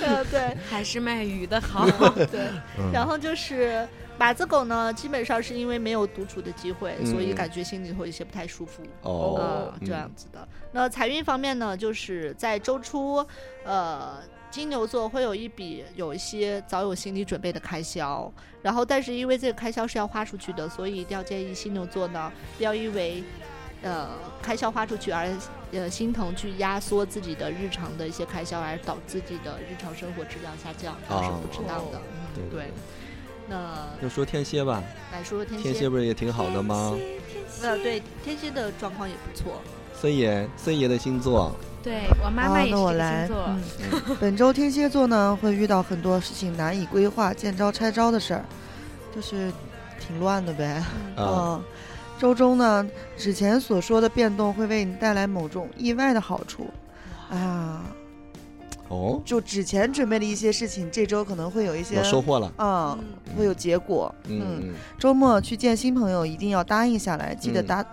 S1: 呃对
S2: 还是卖鱼的好。
S1: 对，
S4: 嗯
S1: 然后就是马子狗呢，基本上是因为没有独处的机会，所以
S4: 嗯
S1: 感觉心里会有些不太舒服。
S4: 哦
S1: 啊，这样子的。那财运方面呢，就是在周初，呃，
S4: 嗯
S1: 金牛座会有一笔有一些早有心理准备的开销，然后但是因为这个开销是要花出去的，所以一定要建议金牛座呢，不要因为呃开销花出去而呃心疼去压缩自己的日常的一些开销，而导致自己的日常生活质量下降，这样是
S4: 哦
S1: 不值当的。嗯
S4: 对
S1: 对。那
S4: 就说天蝎吧，
S1: 来说说天
S4: 天
S1: 蝎
S4: 蝎，不是也挺好的吗？
S1: 呃，对天蝎的状况也不错。
S4: 森爷，森爷的星座，
S11: 对我妈
S7: 好
S11: 妈也是
S7: 那
S11: 这
S7: 我
S11: 个
S7: 来
S11: 星座，
S7: 嗯本周天蝎座呢，会遇到很多事情难以规划、见招拆招的事儿，就是挺乱的呗。
S4: 啊，
S7: *laughs* 嗯，周中呢，之前所说的变动会为你带来某种意外的好处。啊，
S4: 哦，
S7: 就之前准备的一些事情，这周可能会有一些
S4: 有收获了，
S7: 啊，会有结果。嗯，
S4: 嗯
S7: 周末去见新朋友一定要答应下来，记得
S4: 嗯
S7: 打，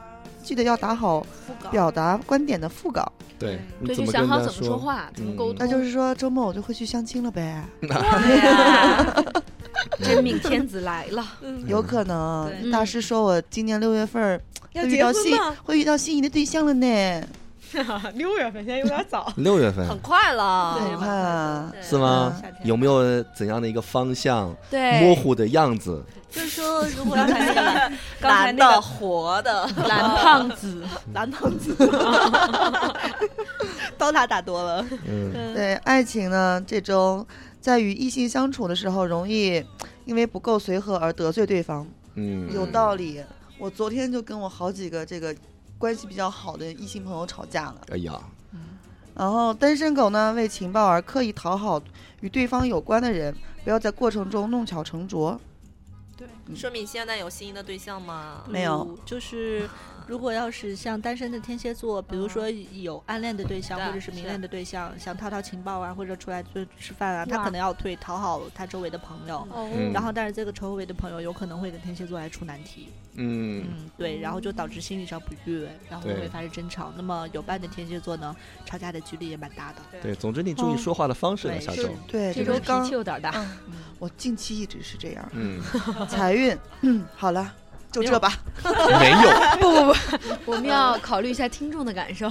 S7: 记得要打好表达观点的副稿。
S4: 嗯，对，你
S11: 对，
S4: 怎
S11: 就
S4: 么
S11: 想
S4: 跟
S11: 好
S4: 他
S11: 怎么说话，怎么沟通。
S4: 嗯，
S7: 那就是说，周末我就会去相亲了呗，
S5: 对呀，
S2: 真命天子来了，
S7: 有可能。
S5: 对
S7: 大师说我今年六月份儿
S2: 嗯要
S7: 会遇
S2: 结
S7: 到
S2: 婚
S7: 心
S2: 吗？
S7: 会遇到心仪的对象了呢，
S2: *laughs*
S11: 六月份现在有点早
S4: 六月份
S5: 很快了，
S7: 很快啊。
S4: 是吗
S7: 嗯？
S4: 有没有怎样的一个方向？模
S6: 哎
S11: 对，
S4: 糊的样子，
S1: 就是说，如果要谈恋爱，
S11: 刚才
S5: 男
S11: 那
S5: 的、
S11: 个
S5: 活 *laughs* 的，
S11: 蓝胖子，
S1: 蓝胖
S7: *laughs*
S1: 子，刀塔打多了，
S4: 嗯，
S7: 对爱情呢，这周在与异性相处的时候，容易因为不够随和而得罪对方。
S4: 嗯，
S7: 有道理，我昨天就跟我好几个这个关系比较好的异性朋友吵架了。
S4: 哎呀，
S7: 然后单身狗呢，为情报而刻意讨好与对方有关的人，不要在过程中弄巧成拙。
S5: 说明你现在有心仪的对象吗？
S7: 没有
S1: 不，嗯就是如果要是像单身的天蝎座，比如说有暗恋的对象
S5: 对
S1: 或者是明
S5: 是
S1: 恋的对象，想套套情报啊，或者出来就吃饭啊，他
S11: 哇
S1: 可能要退讨好他周围的朋友。
S4: 嗯
S1: 然后，但是这个周围的朋友有可能会给天蝎座来出难题，
S4: 嗯，
S1: 嗯，对，然后就导致心理上不悦，然后
S4: 对
S1: 会发生争吵。那么有伴的天蝎座呢，吵架的几率也蛮大的。
S4: 对，总之你注意说话的方式了，
S1: 对
S4: 下
S1: 是
S4: 周，
S7: 对，
S11: 这
S7: 就
S11: 周
S7: 是
S11: 脾
S7: 刚
S11: 气有点大。
S7: 我近期一直是这样。
S4: 嗯，
S7: 财运，嗯，好了，就这吧。
S4: 没有，
S11: 不不
S2: *laughs*
S11: 不，我们要考虑一下听众的感受。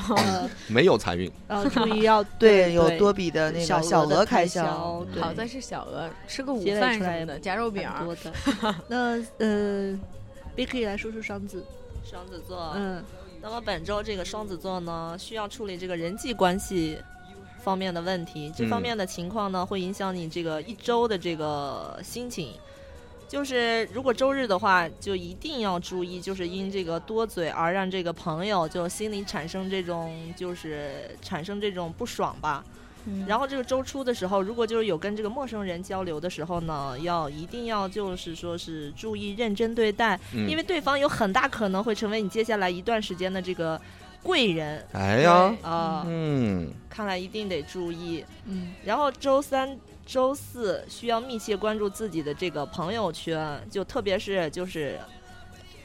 S4: 没有财运，
S1: 呃，注
S7: *laughs*
S1: 意要
S7: 对，有多笔的那
S1: 对
S7: 个
S1: 小
S7: 小
S1: 额的
S7: 额
S1: 开
S7: 销。
S1: 销，对
S11: 好在是小额，吃个午
S1: 积累
S11: 饭什
S1: 出来
S11: 么的，夹肉饼儿
S1: 蛮。多的。 *laughs* 那呃，Vicky 来说说双子，
S5: 双子座，
S1: 嗯，
S5: 那么本周这个双子座呢，需要处理这个人际关系方面的问题，这方面的情况呢，会影响你这个一周的这个心情。就是如果周日的话，就一定要注意，就是因这个多嘴而让这个朋友就心里产生这种就是产生这种不爽吧。然后这个周初的时候，如果就是有跟这个陌生人交流的时候呢，要一定要就是说是注意认真对待，
S4: 嗯
S5: 因为对方有很大可能会成为你接下来一段时间的这个贵人
S4: 哎呀，
S5: 啊、
S4: 嗯，
S5: 看来一定得注意。
S1: 嗯，
S5: 然后周三、周四需要密切关注自己的这个朋友圈，就特别是就是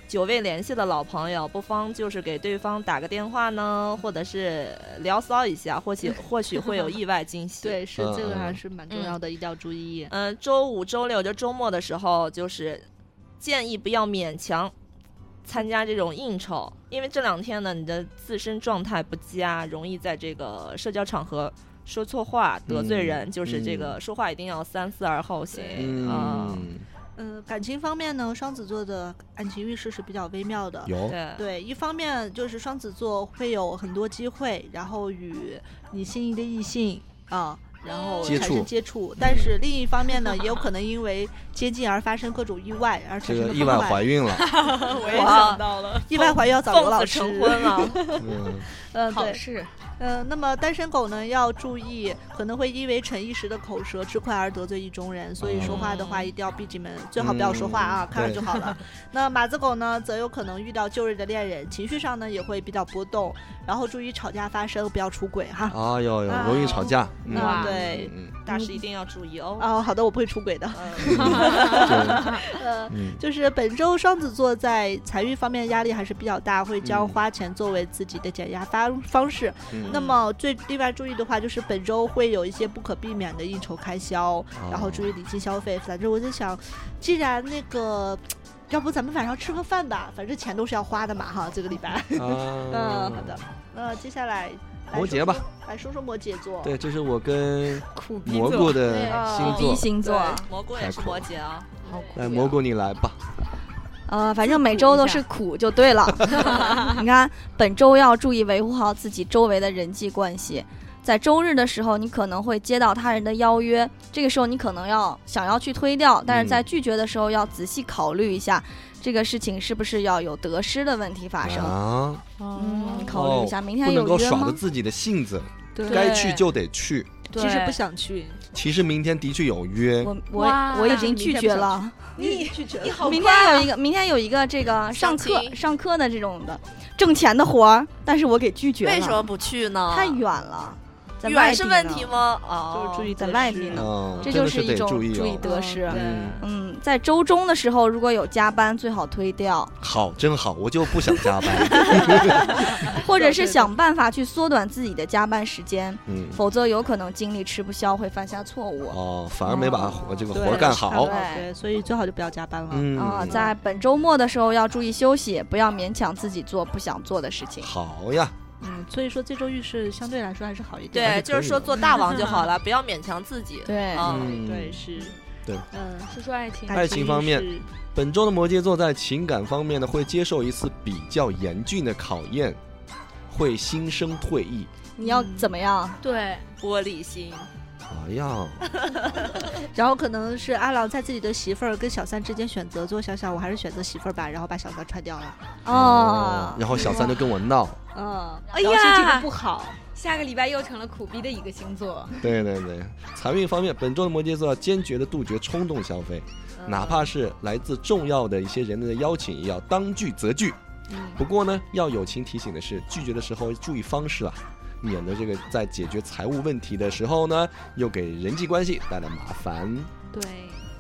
S5: 久未联系的老朋友，不妨就是给对方打个电话呢，或者是聊骚一下，或许或许会有意外惊 *laughs* 喜。。
S4: 嗯
S1: 对，是这个还是蛮重
S5: 嗯
S1: 要的，一定要注意。
S5: 嗯、周五、周六就周末的时候，就是建议不要勉强参加这种应酬，因为这两天呢，你的自身状态不佳，容易在这个社交场合说错话、得罪人，
S4: 嗯
S5: 就是这个说话一定要三思而后行啊、
S4: 嗯，
S1: 嗯、感情方面呢，双子座的感情运势是比较微妙的。
S4: 有
S5: 对
S1: 对，一方面就是双子座会有很多机会，然后与你心仪的异性啊。然后
S4: 接
S1: 产
S4: 触嗯
S1: 生接触，但是另一方面呢，也有可能因为接近而发生各种意外，而
S4: 这
S1: 产生
S4: 个
S1: 了
S4: 意
S1: 破
S4: 外
S1: 坏
S4: 怀孕了，
S11: *laughs* 我也
S5: 哇
S11: 想到了，
S1: 意外怀孕要找刘
S5: 奉
S1: 老
S5: 子
S1: 师。
S5: 成婚了， *laughs*
S4: 嗯，
S1: 嗯，
S11: 考
S1: 对，
S11: 试
S1: 嗯、那么单身狗呢要注意，可能会因为逞一时的口舌之快而得罪意中人，所以说话的话一定要闭紧门，最好不要说话啊，
S4: 嗯
S1: 看着
S4: 对
S1: 就好
S4: *laughs*
S1: 了。那马子狗呢，则有可能遇到旧日的恋人，情绪上呢也会比较波动，然后注意吵架发生，不要出轨哈。
S4: 哎呦呦，容易吵架，嗯
S11: 哇
S1: 啊，对，
S4: 嗯，
S5: 大师一定要注意哦。
S1: 哦，好的，我不会出轨的。
S5: *laughs*
S4: 嗯
S1: 呃
S4: 对，嗯，
S1: 就是本周双子座在财运方面压力还是比较大，会将
S4: 嗯
S1: 花钱作为自己的减压方方式。
S4: 嗯
S1: 那么最另外注意的话，就是本周会有一些不可避免的应酬开销，
S4: 嗯
S1: 然
S4: 哦
S1: 后
S4: 啊
S1: 注意理性消费。反正我就想，既然那个，要不咱们晚上吃个饭吧，反正钱都是要花的嘛哈，这个礼拜。
S4: 啊
S1: 嗯，好的。那接下来来
S4: 摩
S1: 说
S4: 羯吧
S1: 说，来说说摩羯座。
S4: 对，这是我跟
S11: 苦逼
S4: 蘑菇
S11: 座，
S4: 的
S6: 对哦
S4: 星
S6: 第
S4: 座，
S6: 一星座，
S5: 对蘑菇也是摩羯啊，
S11: 好苦
S4: 来
S11: 呀
S4: 蘑菇你来吧，
S6: 呃，反正每周都是苦就对了。 *laughs* 你看，本周要注意维护好自己周围的人际关系。在周日的时候，你可能会接到他人的邀约，这个时候你可能要想要去推掉，但是在拒绝的时候要仔细考虑一下，这个事情是不是要有得失的问题发生。
S4: 啊，哦
S11: 哦
S6: 嗯，考虑一下，明
S4: 不
S6: 天
S4: 能
S6: 有
S4: 够
S6: 约
S4: 耍着
S6: 吗？
S4: 自己的性子，
S6: 对
S4: 该去就得去。
S6: 其实不想，
S1: 想去，
S4: 其实明天的确有约，
S6: 我
S11: 哇
S6: 我我已经拒绝了。
S1: 你拒绝了。
S6: 明天有一啊个，明天有一个这个上课上课的这种的挣钱的活儿，但是我给拒绝了。
S5: 为什么不去呢？
S6: 太远了，在外
S5: 远
S6: 地
S5: 是
S6: 呢
S5: 问题？吗？哦，
S1: 就是注意
S6: 在
S1: 得
S6: 外
S1: 失
S6: 地呢
S4: 嗯，
S6: 这
S4: 真
S6: 就
S4: 的是
S6: 一
S4: 得
S6: 种
S4: 注意
S6: 注意
S4: 哦。
S6: 得失。
S5: 对
S4: 嗯
S6: 嗯，在周中的时候，如果有加班，最好推掉，
S4: 好，真好，我就不想加班。
S6: 或者是想办法去缩短自己的加班时间，
S4: 嗯，
S6: 否则有可能精力吃不消，会犯下错误。
S4: 哦，反而没把活这个
S1: 哦对
S4: 活干好。
S6: 对
S1: 对，所以最好就不要加班了。
S4: 嗯
S6: 啊、在本周末的时候要注意休息，不要勉强自己做不想做的事情。
S4: 好呀，
S1: 嗯，所以说这周运势相对来说还是好一点。
S4: 还是
S5: 对，就
S4: 可
S5: 是
S4: 以
S5: 说
S4: 的
S5: 做大王就好了，不要勉强自己。
S6: 对
S5: 嗯，
S4: 嗯
S1: 对，是，
S4: 对，
S1: 嗯，
S11: 说说爱情，
S4: 爱情方面
S1: 运势
S4: 本周的摩羯座在情感方面呢，会接受一次比较严峻的考验，会心生退意。
S6: 你要怎么样？
S11: 对，
S5: 玻璃心，
S4: 哎呀，
S1: 然后可能是阿郎在自己的媳妇儿跟小三之间选择，最后想想我还是选择媳妇儿吧，然后把小三踹掉了。
S6: 哦，
S4: 然后小三就跟我闹，
S1: 嗯，
S11: 哎
S1: 然后心情
S11: 呀
S1: 就不好。
S11: 下个礼拜又成了苦逼的一个星座，
S4: 对对对。财运方面，本周的摩羯座要坚决的杜绝冲动消费，
S1: 嗯
S4: 哪怕是来自重要的一些人的邀请，也要当拒则拒。不过呢，要友情提醒的是，拒绝的时候注意方式啊，免得这个在解决财务问题的时候呢，又给人际关系带来麻烦。
S11: 对，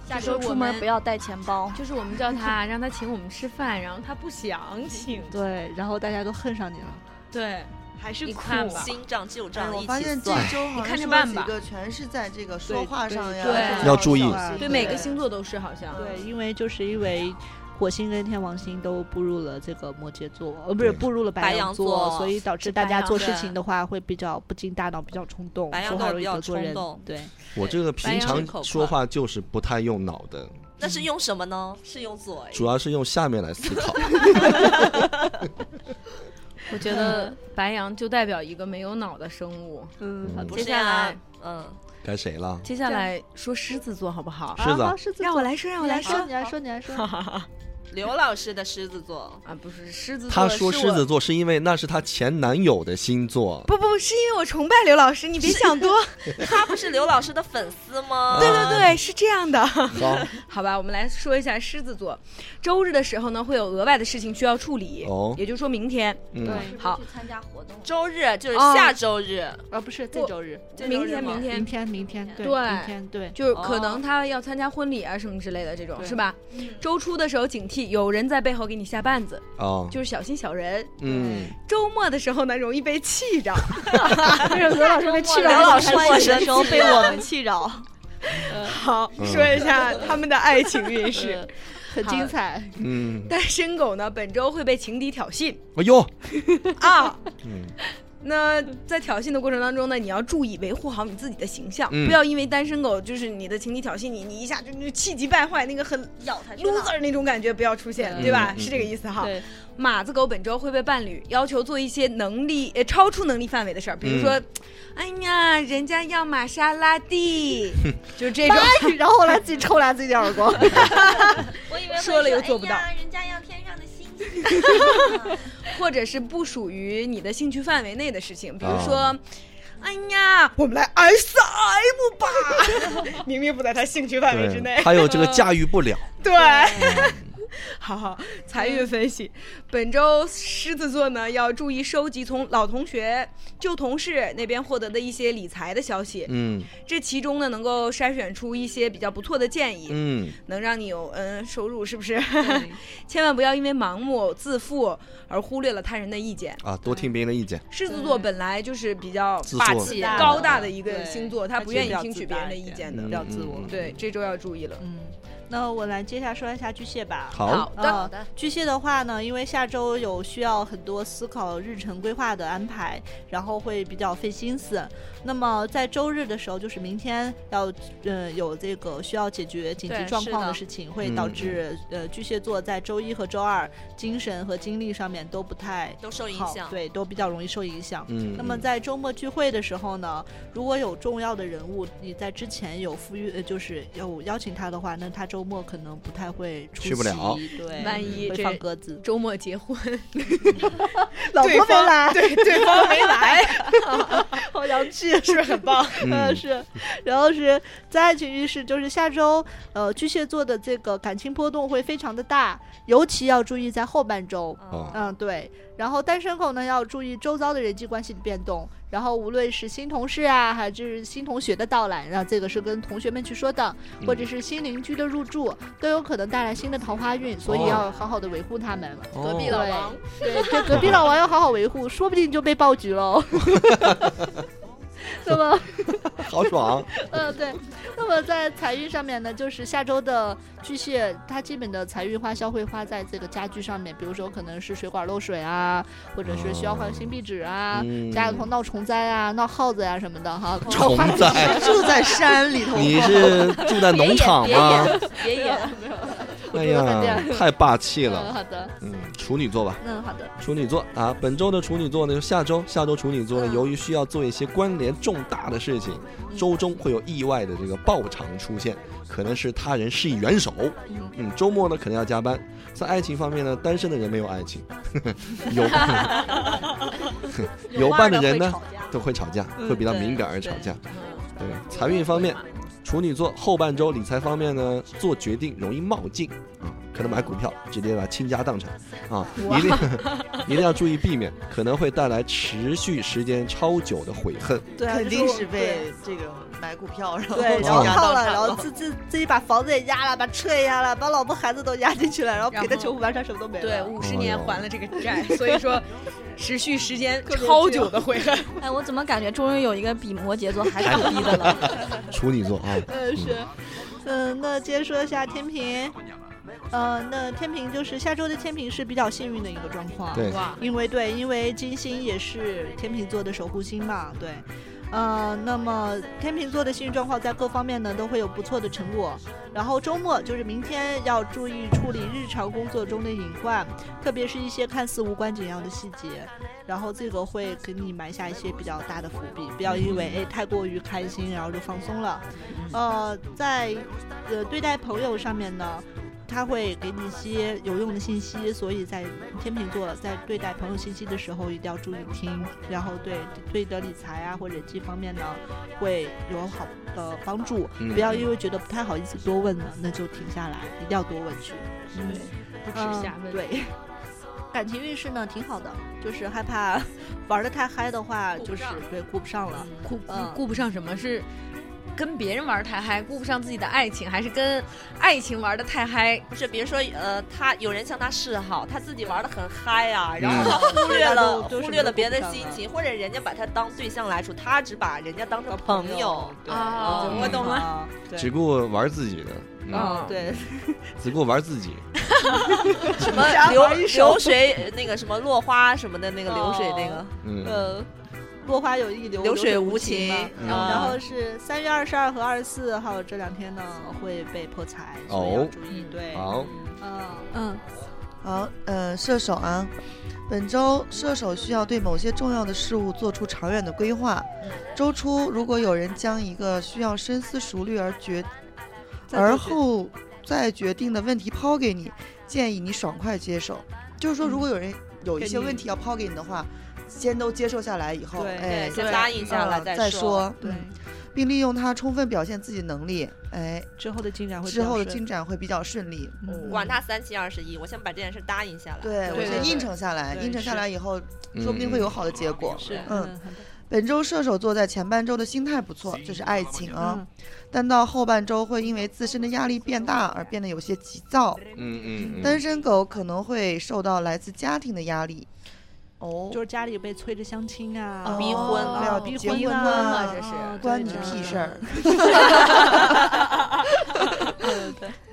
S6: 下
S11: 下
S6: 周
S11: 周
S6: 出门不。要带钱包。
S11: 就是我们叫他，让他请我们吃饭，然后他不想请，
S1: 对，然后大家都恨上你了。
S11: 对，还是
S5: 你
S11: 苦
S5: 看吧，
S11: 吧。
S5: 新账旧
S7: 哎，
S5: 账
S7: 我
S5: 一
S7: 发
S5: 起
S7: 现这
S5: 算。
S7: 周好像
S11: 看着
S7: 说
S11: 办
S7: 几
S11: 吧
S7: 个全是在这个说话上呀，
S11: 对对
S7: 上
S4: 要注意
S7: 小心
S11: 对
S1: 对
S11: 每个星座都是好
S5: 啊
S11: 像，
S1: 对，因为就是因为。火星跟天王星都步入了这个摩羯座，呃，不是
S4: 对
S1: 步入了白
S5: 白
S1: 羊
S5: 羊
S1: 座，
S5: 座
S1: 所以导致
S11: 是
S1: 大
S11: 白
S1: 家
S11: 羊
S1: 做事
S5: 对
S1: 情的话会比较不经大脑，比较冲动，
S5: 白羊
S1: 说
S5: 座
S1: 话容
S5: 比
S1: 易
S5: 较
S1: 得罪
S5: 冲
S1: 人
S5: 动。
S1: 对，
S4: 我这个平
S5: 白
S4: 常
S5: 羊口快
S4: 说话就是不太用脑的，
S5: 那是用什么呢？是用嘴。
S4: 主要是用下面来思考。
S11: 我觉得白羊就代表一个没有脑的生物。
S1: 嗯，
S4: 嗯
S5: 不
S11: 接
S5: 是
S11: 下
S5: 呀
S11: 来，
S5: 嗯，
S4: 该谁了？
S11: 接下来说狮子座好不好？
S4: 狮子啊
S1: 好，狮子
S11: 让我
S1: 座
S11: 来说，让我
S1: 你
S11: 来
S1: 来
S11: 说
S1: 说，你来说，你来说。
S5: 刘老师的狮子座，
S11: 啊，不是狮子座，
S4: 他说
S11: 是
S4: 狮
S11: 我
S4: 子座是因为那是他前男友的星
S2: *laughs*
S4: 座。
S2: 不不，是因为我崇拜刘老师，你别
S11: *laughs*
S2: 想多。
S5: 他不是刘老师的粉丝吗？
S2: 对对对，是这样的。
S4: 好
S11: 嗯 *laughs* 好吧，我们来说一下狮子座，周日的时候呢，会有额外的事情需要处理，
S4: 哦，
S11: 也就是说明天，
S4: 嗯，
S11: 好
S6: 去参加活动。
S5: 周日就是
S11: 哦
S5: 下周日，
S1: 啊，不是这
S11: 不
S1: 周日，
S5: 这周
S11: 明
S5: 日
S11: 天，
S5: 吗
S11: 明
S1: 明
S11: 天。
S1: 天，明天，对，
S11: 对
S1: 明天，对，
S11: 就是
S5: 哦
S11: 可能他要参加婚礼啊什么之类的这种
S1: 对
S11: 是吧？
S5: 嗯
S11: 周初的时候警惕有人在背后给你下绊子，
S4: 哦，
S11: 就是小心小人。
S4: 嗯，
S11: 周末的时候呢，容易被气着，
S1: 为什么刘老师被气
S5: 刘老师
S6: 欢
S5: 我
S6: 喜的
S5: 神
S6: 时候被我们气着，
S4: *laughs*
S11: 好，
S4: 嗯
S11: 说一下他们的爱情运
S5: *laughs* 嗯
S11: 势。
S1: 很精彩，
S4: 嗯，
S2: *laughs*
S11: 单身狗呢，本周会被情敌挑衅
S4: 哎呦，
S11: 啊。
S4: 嗯，
S2: 那在挑衅的过程当中呢，你要注意维护好你自己的形象，
S4: 嗯
S2: 不要因为单身狗就是你的情敌挑衅你，你一下就就气急败坏，那个很
S5: 咬他
S2: loser 那种感觉不要出现，
S4: 嗯
S2: 对吧？
S4: 嗯
S2: 是这个意思哈。
S1: 对
S2: 马子狗本周会被伴侣要求做一些能力呃超出能力范围的事儿，比如说，哎呀，人家要玛莎拉蒂，就是这种。
S12: 然后后来自己抽了自己的耳光。
S5: *laughs* 我以为会
S2: 说了又做不到
S5: 哎呀人家要天上的星星。
S2: 或者是不属于你的兴趣范围内的事情，比如
S4: 啊
S2: 说。哎呀，我们来 S M 吧， *laughs* 明明不在他兴趣范围之内
S4: 对，。还有这个驾驭不了，
S2: 对， *laughs* 好好财运分析。本周狮子座呢，要注意收集从老同学、旧同事那边获得的一些理财的消息，
S4: 嗯
S2: 这其中呢，能够筛选出一些比较不错的建议，
S4: 嗯，
S2: 能让你有嗯收入，是不是？ *laughs* 千万不要因为盲目自负而忽略了他人的意见。
S4: 啊，多听别人的意见，
S2: 狮子座本来就是比较
S4: 自
S5: 霸
S4: 作
S5: 气大
S2: 高
S5: 的
S2: 大的一个
S1: 对
S2: 星座，他
S5: 他
S2: 不
S5: 其
S2: 愿
S5: 实
S2: 意
S5: 比较
S2: 听
S5: 自
S2: 取别人
S5: 大
S2: 的
S5: 一
S2: 意
S5: 点
S2: 见
S4: 嗯
S2: 的
S5: 比。较自我
S4: 嗯嗯
S2: 对，这周要注意了。
S1: 嗯，那我来接下说一下巨蟹吧。
S4: 好，
S2: 的
S1: 呃，巨蟹的话呢，因为下周有需要很多思考日程规划的安排，然后会比较费心思。那么在周日的时候，就是明天要呃有这个需要解决紧急
S5: 对
S1: 状
S5: 是
S1: 况
S5: 的
S1: 的事情，会导
S4: 嗯
S1: 致呃巨蟹座在周一和周二精神和精力上面都不太
S5: 都受影
S1: 好，
S5: 响。
S1: 对，都比较容易受影响。
S4: 嗯，
S1: 那么
S4: 嗯
S1: 在周末聚会的时候呢，如果有重要的人物，你在之前有赴约，呃就是有邀请他的话，那他周末可能不太会出
S4: 去不了
S1: 席对，
S5: 嗯
S2: 万一
S1: 会
S2: 这
S1: 放鸽子。
S2: 周末结婚，
S12: 老婆
S2: 对
S12: 没
S2: 方
S12: 来，
S2: 对对方没
S7: *laughs*
S2: 来，
S1: 好想去， *laughs* 是不是很棒？
S4: 嗯
S1: 是。然后是在爱情运势，就是下周，呃，巨蟹座的这个感情波动会非常的大，尤其要注意在后半周。
S4: 哦
S1: 嗯，对。然后单身狗呢，要注意周遭的人际关系的变动。然后无论是新同事啊，还是新同学的到来，那这个是跟同学们去说的，
S4: 嗯
S1: 或者是新邻居的入住，都有可能带来新的桃花运，所以
S4: 哦
S1: 要好好的维护他们。
S4: 哦
S5: 隔壁老王，
S1: 对，这隔壁老王要好好维护，说不定就被爆菊喽。 *laughs* 那么，
S4: 好爽，
S1: 呃，对，那么在财运上面呢，就是下周的巨蟹，它基本的财运花销会花在这个家居上面，比如说可能是水管漏水啊，或者是需要换新壁纸啊，
S4: 嗯
S1: 家里头闹虫灾啊、闹耗子呀、什么的哈。
S4: *laughs* 虫
S1: *laughs*
S4: 仔，
S7: 住在山里头，
S4: 你是住在农场吗？
S5: 别演，
S4: 哎
S1: 我住在
S4: 呀
S1: 饭，
S4: 太霸气
S1: 嗯，
S4: 了，
S1: 好的，
S4: 嗯，处女座吧。
S1: 嗯，好的，
S4: 处女座啊，本周的处女座呢，就下周下周处女座呢，由于需要做一些关联重大的事情，周中会有意外的这个报偿出现，可能是他人施以援手。嗯，周末呢可能要加班。在爱情方面呢，单身的人没有爱情， *laughs* 有伴有伴的人呢都会吵架，会比较敏感而吵架。对，财运方面，处女座后半周理财方面呢，做决定容易冒进啊、可能买股票直接把倾家荡产啊，一定一定要注意避免，可能会带来持续时间超久的悔恨。
S7: 对，肯定是被这个买股票，然后
S12: 对，然后
S7: 压
S12: 套
S7: 到
S12: 了，然后自自自己把房子也压了，把车也压了，把老婆孩子都压进去了，然后
S2: 然
S12: 给他
S2: 后
S12: 求婚完上什么都没了。
S2: 对，五
S7: 嗯
S2: 十年
S4: 哎呦
S2: 还了这个债，所以说持续时
S1: *laughs*
S2: 间超久的悔恨。
S6: 哎，我怎么感觉终于有一个比摩羯座还苦逼的了？ *laughs*
S4: 处女座啊，
S1: 嗯是，嗯，那接着说一下天平。呃，那天平就是下周的天平是比较幸运的一个状况，
S4: 对，
S1: 因为对，因为金星也是天秤座的守护星嘛，对。呃，那么天秤座的幸运状况在各方面呢都会有不错的成果。然后周末就是明天要注意处理日常工作中的隐患，特别是一些看似无关紧要的细节，然后这个会给你埋下一些比较大的伏笔，不要因为哎太过于开心然后就放松了。呃，在呃对待朋友上面呢，他会给你一些有用的信息，所以在天秤座在对待朋友信息的时候一定要注意听，然后对对的理财啊或者这方面呢会有好的帮助，
S4: 嗯
S1: 不要因为觉得不太好意思多问了，那就停下来，一定要多问去。嗯，不
S2: 耻下问
S1: 嗯对。感情运势呢挺好的，就是害怕 *laughs* 玩的太嗨的话，
S5: 顾不
S1: 就是
S5: 上
S1: 对顾不上了。
S2: 顾
S1: 嗯
S2: 顾不上什么是跟别人玩太嗨，顾不上自己的爱情，还是跟爱情玩的太嗨？
S5: 不是，比如说，呃，他有人向他示好，他自己玩的很嗨啊，然后他忽略
S1: 大
S5: 了
S1: 家都都是
S5: 忽略了
S1: 没顾
S5: 别的
S1: 上
S5: 心
S1: 了
S5: 情，或者人家把他当对象来处，他只把人家当成朋友。
S2: 啊
S5: 嗯
S2: 我懂了。哦
S1: 啊，对哦
S4: 只顾玩自己的，嗯，
S5: 嗯，
S1: 对，
S4: 只顾玩自己，
S5: 什么流流水那个什么落花什么的那个流水那个，
S4: 嗯，
S5: 呃，
S1: 落花有意流
S5: 流水
S1: 水
S5: 无
S1: 情嘛。
S5: 情
S4: 啊
S1: 然后是三月二十二和二十四号这两天呢呃会被破财，所以要
S4: 哦
S1: 注意。对，
S4: 好，
S1: 嗯，
S6: 嗯，
S7: 好，呃，射手啊，本周射手需要对某些重要的事物做出长远的规划。周初，如果有人将一个需要深思熟虑而决而后再决定的问题抛给你，建议你爽快接受。就是
S1: 嗯
S7: 说，如果有人有一些问题要抛给你的话，先都接受下来以后，
S1: 哦对
S7: 哎，
S5: 哦先答应下来
S7: 嗯
S5: 再
S7: 再
S5: 说。
S7: 对，并利用它充分表现自己能力，哎，
S1: 之后的进展会比
S7: 之
S1: 较
S7: 后的
S1: 顺
S7: 进展会比较顺利。
S1: 嗯
S5: 不管他三七二十一，我先把这件事答应下来。
S7: 对，我
S1: 对
S7: 觉
S1: 对
S7: 得
S1: 对
S7: 应承下来，
S1: 对
S7: 应承下
S1: 是
S7: 来以后，
S4: 嗯
S7: 说不定会有好的结果。
S5: 是
S7: 嗯，本周射手座在前半周的心态不错，这是爱情
S2: 嗯
S1: 嗯
S7: 啊，但到后半周会因为自身的压力变大而变得有些急躁。
S4: 嗯嗯
S7: 单身狗可能会受到来自家庭的压力。哦
S1: 就是家里被催着相亲啊
S7: 哦，
S5: 逼婚了
S7: 要
S1: 逼
S7: 结
S1: 婚
S7: 婚
S1: 啊
S7: 了，
S5: 这是
S1: 啊
S7: 关你
S1: 对的
S7: 屁事
S1: *laughs*
S7: 儿。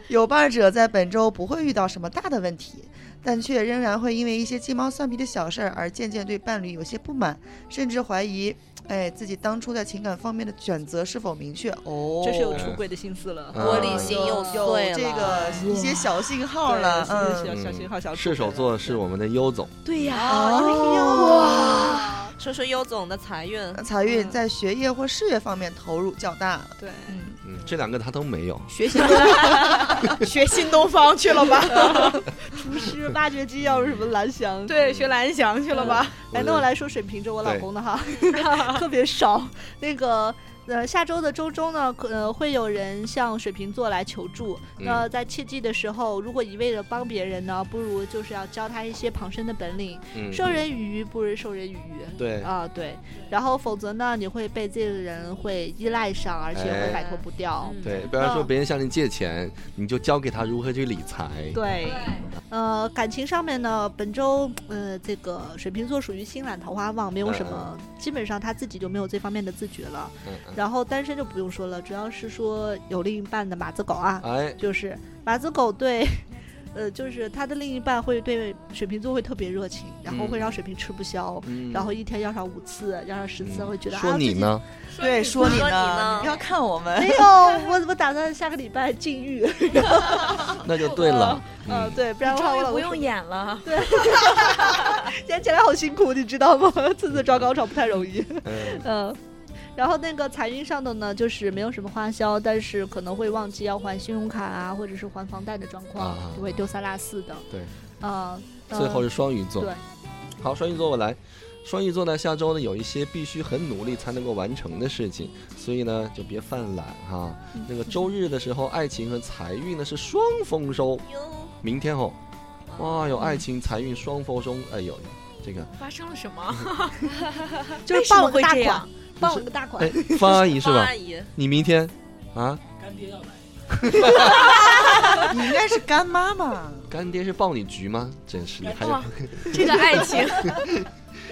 S7: 有伴者在本周不会遇到什么大的问题，但却仍然会因为一些鸡毛蒜皮的小事儿而渐渐对伴侣有些不满，甚至怀疑，哎，自己当初在情感方面的选择是否明确。哦，
S1: 这是
S2: 啊
S1: 有出轨的心思了。
S4: 嗯
S5: 玻璃心又
S7: 有
S5: 碎了。
S7: 这个一些小信号了，
S2: 哎
S1: 对
S7: 嗯，
S1: 小小信号，小
S4: 射手座是我们的优总，
S8: 对呀、
S5: 哎
S7: 哦，
S5: 说说优总的财运，
S7: 财运在学业或事业方面投入较大了。
S1: 对，
S4: 嗯，这两个他都没有。
S6: 学习多，
S2: 学新东方去了吧？
S1: 厨师挖掘机要是什么蓝翔，
S2: 对，学蓝翔去了吧？
S1: 来，哎那我来说水瓶座我老公的哈， *laughs* 特别少。那个呃，下周的周中呢，可呃会有人向水瓶座来求助。
S4: 嗯
S1: 那在切记的时候，如果一味的帮别人呢，不如就是要教他一些旁身的本领，
S4: 嗯
S1: 授人以鱼不如授人以渔。
S4: 对，
S1: 啊，对，然后否则呢，你会被这个人会依赖上，而且
S4: 哎
S1: 会摆脱不掉。
S4: 对，不要说别人向你借钱，你就教给他如何去理财。
S1: 对，呃，感情上面呢，本周呃，这个水瓶座属于心懒桃花旺，没有什么，基本上他自己就没有这方面的自觉了。
S4: 嗯，嗯
S1: 然后单身就不用说了，主要是说有另一半的马子狗啊，
S4: 哎，
S1: 就是马子狗对，呃，就是他的另一半会对水瓶座会特别热情，然后会
S4: 嗯
S1: 让水瓶吃不消，
S4: 嗯
S1: 然后一天要上五次，要上十次，会觉得、
S4: 说
S1: 啊
S4: 你。呢？
S7: 对，说你
S5: 说你
S7: 呢
S5: 呢，
S7: 不要看我
S1: 自己
S7: 们，
S1: *laughs* 没有，我我打算下个礼拜禁欲，
S4: 那就对了。
S1: 呃，
S4: 嗯，
S1: 对，
S2: *laughs*
S1: 不然的话我
S6: 终于
S1: 老
S6: 不
S1: 公
S6: 用
S1: 说
S6: 演了。
S1: 今天起来好辛苦，你知道吗？ *laughs* 次次抓高潮不太容易。
S4: 嗯
S1: 嗯，然后那个财运上头呢，就是没有什么花销，但是可能会忘记要还信用卡啊，或者是还房贷的状况，
S4: 啊
S1: 就会丢三落四的。
S4: 对，
S1: 嗯，呃
S4: 最后是双鱼座。
S1: 对，
S4: 好，双鱼座我来。双鱼座呢，下周呢有一些必须很努力才能够完成的事情，所以呢就别犯懒哈、那个周日的时候，爱情和财运呢是双丰收。明天哦，哇，有爱情财运双丰收，哎呦，这
S2: *laughs*
S4: 个
S6: 发生了什么？
S1: 就是
S8: 什么
S1: 傍个
S8: 会
S1: 大
S8: 这
S1: 款
S8: 样，
S1: 傍个大款
S4: 哎，方阿姨是
S5: 方
S4: 吧
S5: 阿？姨，
S4: 你明天啊，
S7: 你应该是干妈嘛。
S4: 干爹是抱你局吗？真是你还有
S6: 哇，这个爱情，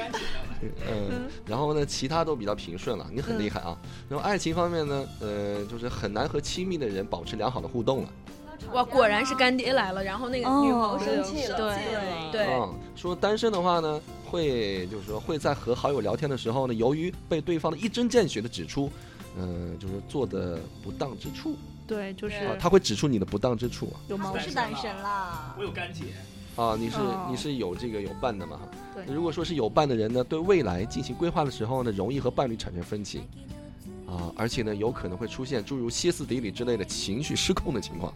S4: *laughs* 嗯，然后呢，其他都比较平顺了，你很厉害啊。然后爱情方面呢，呃，就是很难和亲密的人保持良好的互动了。
S2: 哇，果然是干爹来了，然后那个
S6: 哦
S2: 女朋友生气了，
S6: 对
S2: 对，
S4: 嗯，说单身的话呢，会就是说会在和好友聊天的时候呢，由于被对方的一针见血的指出，嗯、就是做的不当之处
S1: 对，就是
S4: 啊，他会指出你的不当之处
S1: 有毛病。
S5: 男神啦，
S4: 啊，啊，你是、
S1: 哦
S4: 你是有这个有伴的嘛？哈
S1: 对
S4: 如果说是有伴的人呢，对未来进行规划的时候呢，容易和伴侣产生分歧。啊，而且呢，有可能会出现诸如歇斯底里之类的情绪失控的情况。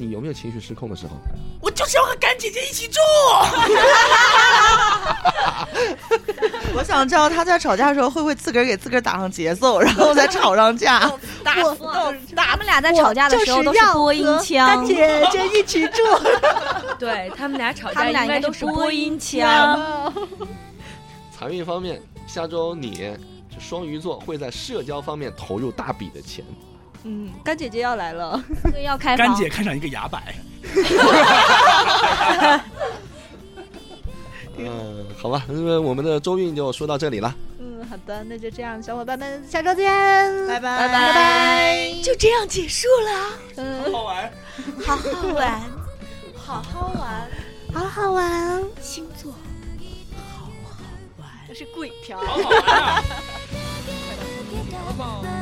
S4: 你有没有情绪失控的时候？
S5: 我就是要和干姐姐一起住。
S7: 我想知道他在吵架的时候会不会自个儿给自个儿打上节奏，然后再吵上 *laughs* 架。
S5: 大错，
S6: 他们俩在吵架的时候都是播音
S1: 干
S6: 腔，
S1: 姐姐一起住，
S2: 对他们俩吵
S6: 他
S2: 架
S6: 们俩
S2: 应
S6: 应
S2: 该
S6: 该
S2: 都
S6: 是
S2: 播
S6: 播
S2: 音。
S6: 音腔。
S4: 财运方面，下周你这双鱼座会在社交方面投入大笔的钱。
S1: 嗯，干姐姐要来了，
S6: 对，要开
S13: 干
S6: 房。
S13: 姐看上一个牙柏，
S4: 嗯，好吧，那么我们的周运就说到这里了。
S1: 嗯，好的，那就这样，小伙伴们，下周见，
S7: 拜拜
S1: 拜拜。
S8: 就这样结束了，
S1: 嗯，
S13: 好玩。
S8: 好好玩，
S5: 好好玩。
S8: *laughs* 星座好好玩。
S14: 是鬼片儿。
S8: 好好玩啊！好棒！